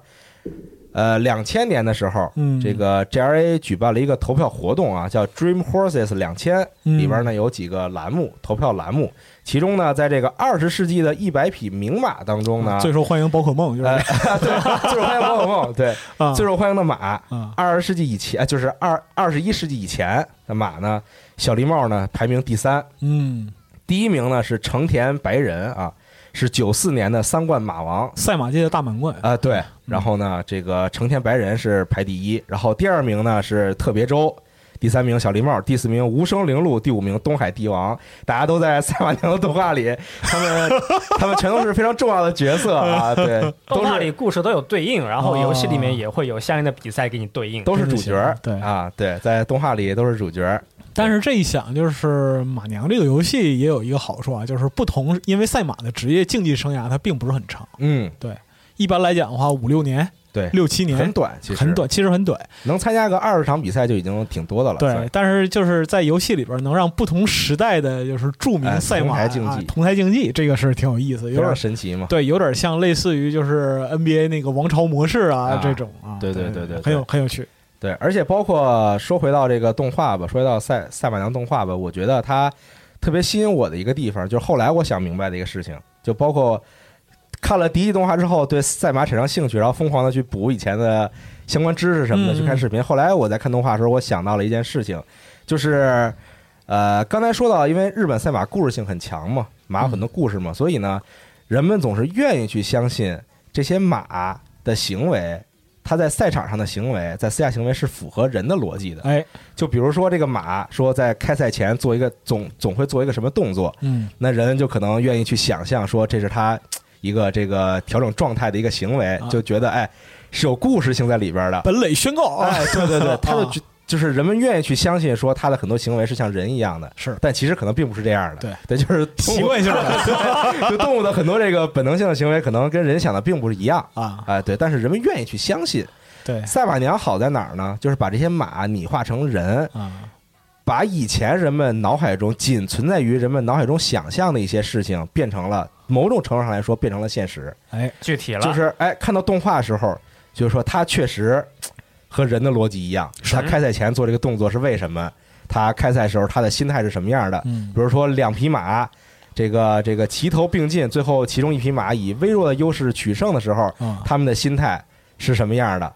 呃，两千年的时候，嗯这个 JRA 举办了一个投票活动啊，叫 Dream Horses 两千，嗯里边呢有几个栏目，投票栏目，其中呢，在这个二十世纪的一百匹名马当中呢，嗯最受欢迎宝可梦就是呃， 对，最受欢迎宝可梦，对，啊最受欢迎的马，啊二十世纪以前，呃就是二二十一世纪以前的马呢，小狸帽呢排名第三，嗯，第一名呢是成田白人啊，是九四年的三冠马王，赛马界的大满贯啊、对，然后呢，这个成田白人是排第一，然后第二名呢是特别周，第三名小狸帽，第四名无声铃鹿，第五名东海帝王，大家都在赛马娘的动画里，他 们他们全都是非常重要的角色啊，对，动都画是里故事都有对应，然后哦游戏里面也会有相应的比赛给你对应，都是真是主行角儿，对啊，对，在动画里都是主角儿，但是这一想，就是马娘这个游戏也有一个好处啊，就是不同，因为赛马的职业竞技生涯它并不是很长，嗯，一般来讲的话，五六年、对，六七很年，短，其实很，短，其实很短。能参加个二十场比赛就已经挺多的了。算对是，，但是就是在游戏里边能让不同时代的，就是著哎名赛马、同台竞技啊同台竞技，这个是挺有意思，非有点常神奇嘛。对，有点像类似于就是 NBA 那个王朝模式啊啊这种啊，对对对对对对很有很有趣。对，而且包括说回到这个动画吧，说到赛赛马娘动画吧，我觉得它特别吸引我的一个地方，就是后来我想明白的一个事情，就包括看了第一季动画之后，对赛马产生兴趣，然后疯狂的去补以前的相关知识什么的，嗯去看视频。后来我在看动画的时候，我想到了一件事情，就是呃，刚才说到，因为日本赛马故事性很强嘛，马有很多故事嘛，所以呢，人们总是愿意去相信这些马的行为，它在赛场上的行为，在私下行为是符合人的逻辑的。哎，就比如说这个马说在开赛前做一个总总会做一个什么动作，嗯，那人就可能愿意去想象说这是他一个这个调整状态的一个行为啊，就觉得哎是有故事性在里边的。本垒宣告啊，哎，对对 对，他就啊觉就是人们愿意去相信说他的很多行为是像人一样的，是但其实可能并不是这样的。对，对，就是动物 习惯性的就动物的很多这个本能性的行为，可能跟人想的并不是一样。啊，哎，对，但是人们愿意去相信对赛马娘好在哪儿呢？就是把这些马拟化成人，啊，把以前人们脑海中仅存在于人们脑海中想象的一些事情，变成了某种程度上来说变成了现实。哎，具体了，就是哎，看到动画的时候，就是说它确实和人的逻辑一样，是他开赛前做这个动作是为什么？他开赛时候他的心态是什么样的？嗯比如说两匹马，这个这个齐头并进，最后其中一匹马以微弱的优势取胜的时候，啊，他们的心态是什么样的？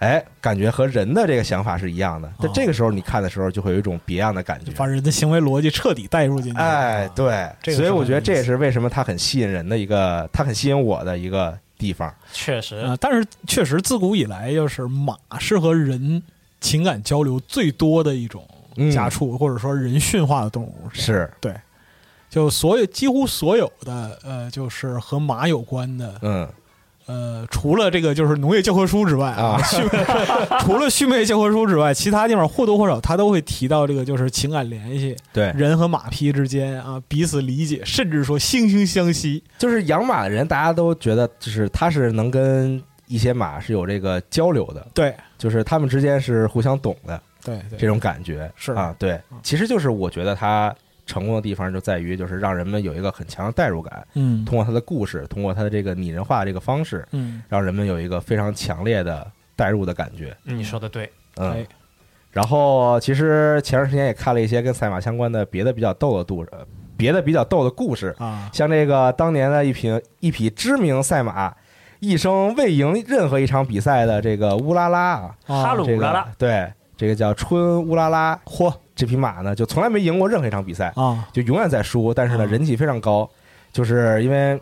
哎，感觉和人的这个想法是一样的。但哦这个时时候你看的时候，就会有一种别样的感觉就。把人的行为逻辑彻底带入进去。哎啊，，对，这个所以是我很觉有得意这也思是为什么它很吸引人的一个，它很吸引我的一个地方。确实、啊，但是确实自古以来，就是马是和人情感交流最多的一种嗯家畜，或者说人驯化的动物。是，就所有几乎所有的呃，就是和马有关的嗯，呃，除了这个就是农业教科书之外啊，畜 除了畜牧业教科书之外，其他地方或多或少它都会提到这个就是情感联系，对，人和马匹之间啊彼此理解，甚至说惺惺相惜。就是养马的人，大家都觉得就是他是能跟一些马是有这个交流的，对就是他们之间是互相懂的对这对，种感觉，是啊，对，其实就是我觉得他成功的地方就在于就是让人们有一个很强的代入感，嗯通过他的故事，通过他的这个拟人化的这个方式，嗯，让人们有一个非常强烈的代入的感觉，你说的 对，嗯。哎然后其实前段时间也看了一些跟赛马相关的别的比较逗的故事，别的比较逗的故事，啊，像这个当年的一匹一匹知名赛马，一生未赢任何一场比赛的这个乌拉拉啊，哈嗯鲁这乌拉个拉对这个叫春乌拉拉嚯这匹马呢，就从来没赢过任何一场比赛，啊，就永远在输，但是呢啊人气非常高，就是因为。嘖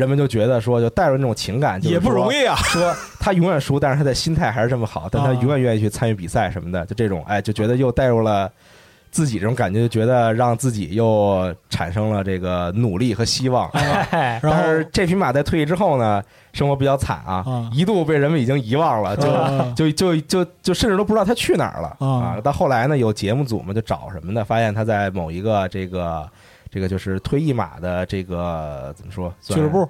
人们就觉得说，就带入那种情感，就是也不说容。易啊，说他永远输，但是他的心态还是这么好，但他啊永远愿意去参与比赛什么的，就这种，哎，就觉得又带入了自己这种感觉，就觉得让自己又产生了这个努力和希望。哎然但后是这匹马在退役之后呢，生活比较惨啊，啊一度被人们已经遗忘了， 就、啊就就就就甚至都不知道他去哪儿了啊到后来呢，有节目组嘛就找什么的，发现他在某一个这个这个就是退役马的这个怎么说俱乐。算部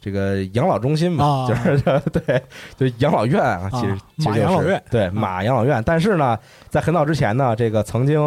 这个养老中心吧，啊就是 对，就养老院啊，其实、啊其实马就是养老院啊对马养老院。但是呢，在很早之前呢，这个曾经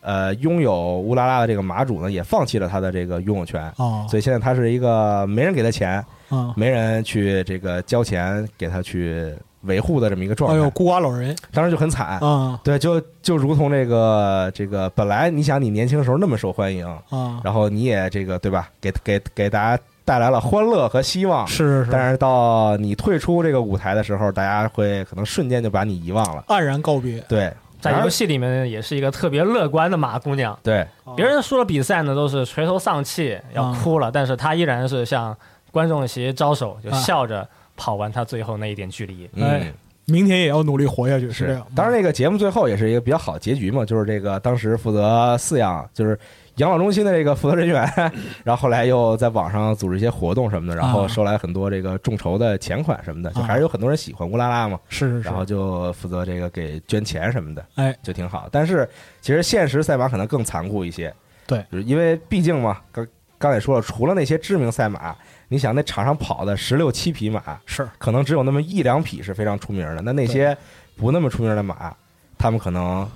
呃拥有乌拉拉的这个马主呢，也放弃了他的这个拥有权，啊，所以现在他是一个没人给他钱，啊，没人去这个交钱给他去维护的这么一个状哎呦，态，孤寡老人当时就很惨。啊对，就就如同这个这个，本来你想你年轻时候那么受欢迎，啊，然后你也这个对吧，给给给大家带来了欢乐和希望，是是是，但是到你退出这个舞台的时候，大家会可能瞬间就把你遗忘了。黯然告别，对，在游而戏里面也是一个特别乐观的马姑娘。对别人输了比赛呢，都是垂头丧气嗯要哭了，但是他依然是向观众席招手，就啊笑着跑完他最后那一点距离。嗯哎明天也要努力活下去，是这是样。，嗯当然那个节目最后也是一个比较好结局嘛，就是这个当时负责饲养就是养老中心的这个负责人员， 然后后来又在网上组织一些活动什么的，然后啊收来很多这个众筹的钱款什么的，就啊还是有很多人喜欢乌拉拉嘛，是是是然，后就负责这个给捐钱什么的，哎，就挺好。但是其实现实赛马可能更残酷一些，对，就是因为毕竟嘛，刚刚才也说了，除了那些知名赛马，你想那场上跑的十六七匹马，是可能只有那么一两匹是非常出名的。那那些不那么出名的马，他们可能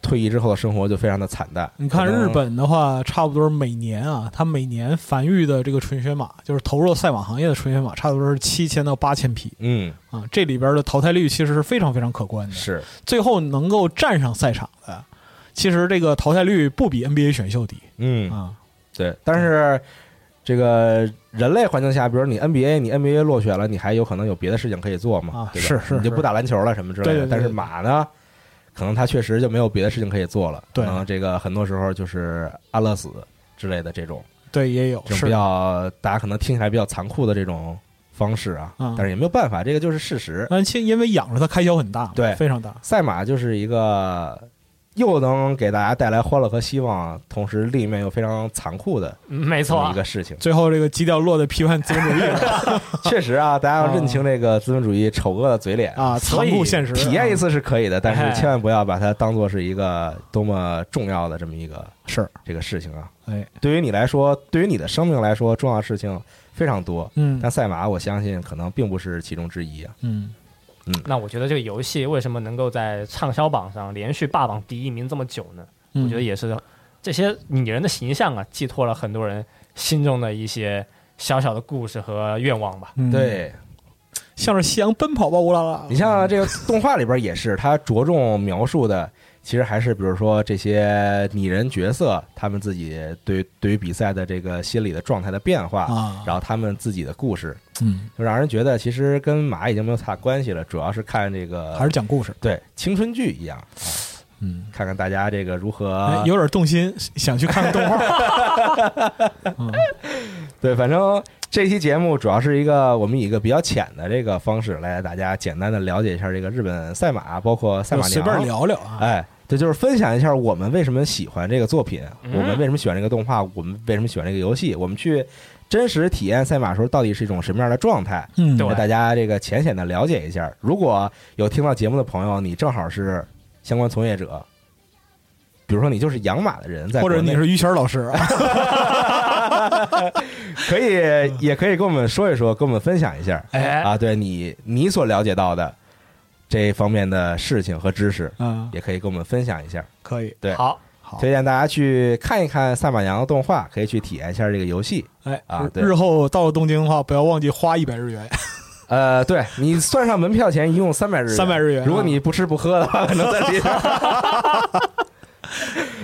退役之后的生活就非常的惨淡。你看可能日，本的话，差不多每年啊，它每年繁育的这个纯血马，就是投入赛马行业的纯血马，差不多是七千到八千匹嗯，啊。这里边的淘汰率其实是非常非常可观的。是最后能够站上赛场的，其实这个淘汰率不比 NBA 选秀低嗯，啊。对。但是这个人类环境下，比如你 NBA，你 NBA 落选了，你还有可能有别的事情可以做嘛啊？对吧是是你就是不打篮球了什么之类的。对对对但是对马呢？可能他确实就没有别的事情可以做了，对可能这个很多时候就是安乐死之类的这种，对，也有这种是比较大家可能听起来比较残酷的这种方式啊，嗯但是也没有办法，这个就是事实。但其实因为养着它开销很大嘛，对非常大。赛马就是一个又能给大家带来欢乐和希望，同时另一面又非常残酷的没嗯这错么一啊，个事情。最后这个基调落在批判资本主义 了 确实啊，大家要认清这个资本主义丑恶的嘴脸，啊，所残以酷现实，啊嗯体验一次次是可以的，但哎是千万不要把它当做是一个多么重要的这么一个是这个事情啊。哎，对于你来说，对于你的生命来说，重要的事情非常多，嗯但赛马我相信可能并不是其中之一啊。嗯，那我觉得这个游戏为什么能够在畅销榜上连续霸榜第一名这么久呢？我嗯我觉得也是这些拟人的形象啊，寄托了很多人心中的一些小小的故事和愿望吧。对，向着嗯夕阳奔跑吧，乌拉拉。你像这个动画里边也是，它着重描述的其实还是比如说这些拟人角色他们自己对对于比赛的这个心理的状态的变化，啊，然后他们自己的故事，嗯，就让人觉得其实跟马已经没有太大关系了，主要是看这个还是讲故事，对青春剧一样，嗯，看看大家这个如哎何有点动心，想去看看动画。 嗯对，反正这期节目主要是一个我们以一个比较浅的这个方式来大家简单的了解一下这个日本赛马，包括赛就马随娘便聊聊啊，哎，这就是分享一下我们为什么喜欢这个作品，嗯我们为什么喜欢这个动画，我们为什么喜欢这个游戏，我们去真实体验赛马的时候到底是一种什么样的状态，嗯，对让大家这个浅显的了解一下。如果有听到节目的朋友，你正好是相关从业者，比如说你就是养马的人，在或者国内你是于谦儿老师 啊，可以也可以跟我们说一说，跟我们分享一下哎，啊，对你你所了解到的这方面的事情和知识，嗯，也可以跟我们分享一下。可以，对好，好，推荐大家去看一看《赛马娘》的动画，可以去体验一下这个游戏。哎啊对日后到了东京的话，不要忘记花一百日元，呃，对你算上门票钱，一共三百日元。 300日元啊如果你不吃不喝的话，可能再低点儿。但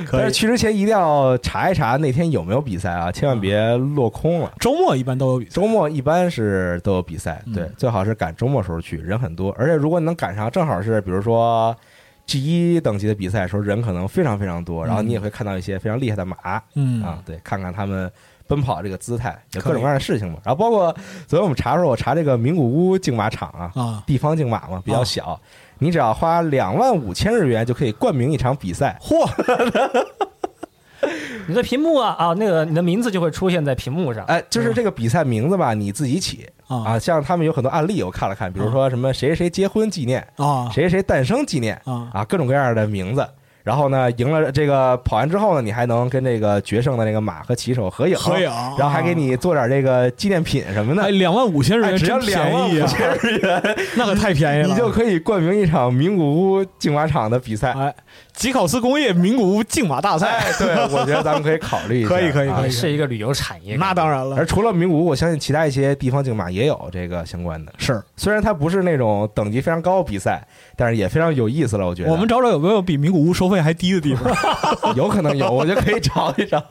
可是以。嗯去之前一定要查一查那天有没有比赛啊，千万别落空了。周末一般都有比赛，周末一般是都有比赛，嗯对，最好是赶周末时候去，人很多。而且如果你能赶上，正好是比如说 G 一等级的比赛的时候，人可能非常非常多，然后你也会看到一些非常厉害的马。嗯啊，，对，看看他们奔跑这个姿态，有可各种以各样的事情嘛。然后包括昨天我们查的时候，我查这个名古屋竞马场啊，啊，地方竞马嘛，比较啊小，你只要花两万五千日元就可以冠名一场比赛。嚯！你的屏幕啊啊，那个你的名字就会出现在屏幕上。哎，嗯就是这个比赛名字吧，你自己起啊啊。像他们有很多案例，我看了看，比嗯如说什么谁谁谁结婚纪念，啊，谁谁诞生纪念啊啊，各种各样的名字。然后呢，赢了这个跑完之后呢，你还能跟这个决胜的那个马和骑手合影，合影然后还给你做点这个纪念品什么的哎，。啊两万五千日哎元只要真两万便宜五啊，千日元， 那可太便宜了，你就可以冠名一场名古屋竞马场的比赛。哎，吉考斯工业名古屋竞马大赛，哎，对，我觉得咱们可以考虑一下。可以可以啊可以是一个旅游产业，那当然而了，除了名古屋，我相信其他一些地方竞马也有这个相关的。是虽然它不是那种等级非常高的比赛，但是也非常有意思了。我觉得我们找找有没有比名古屋收费还低的地方， 有可能有，我觉得可以找 一找。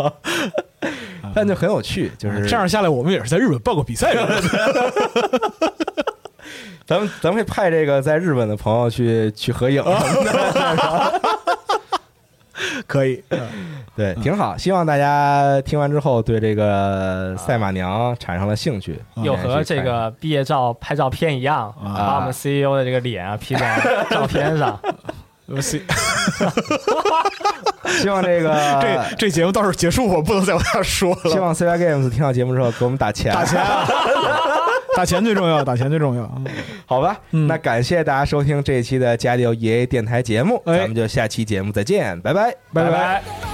但就很有趣，就是啊这样下来，我们也是在日本办过比赛 的，咱们咱们会派 这个在日本的朋友去去合影什么的，可以，嗯对，挺好。希望大家听完之后对这个赛马娘产生了兴趣，嗯又和这个毕业照拍照片一样，把我们 CEO 的这个脸啊 P 在照片上。我 希希望这个 这这节目到时候结束，我不能再往下说 希了。望 CY Games 听到节目之后给我们打钱， 打钱啊， 打钱最重要，打钱最重要。嗯好吧？嗯那感谢大家 E 收听这一期的《家里有爷爷》电台节目，哎咱们就下期节目再见，拜拜，拜拜。 「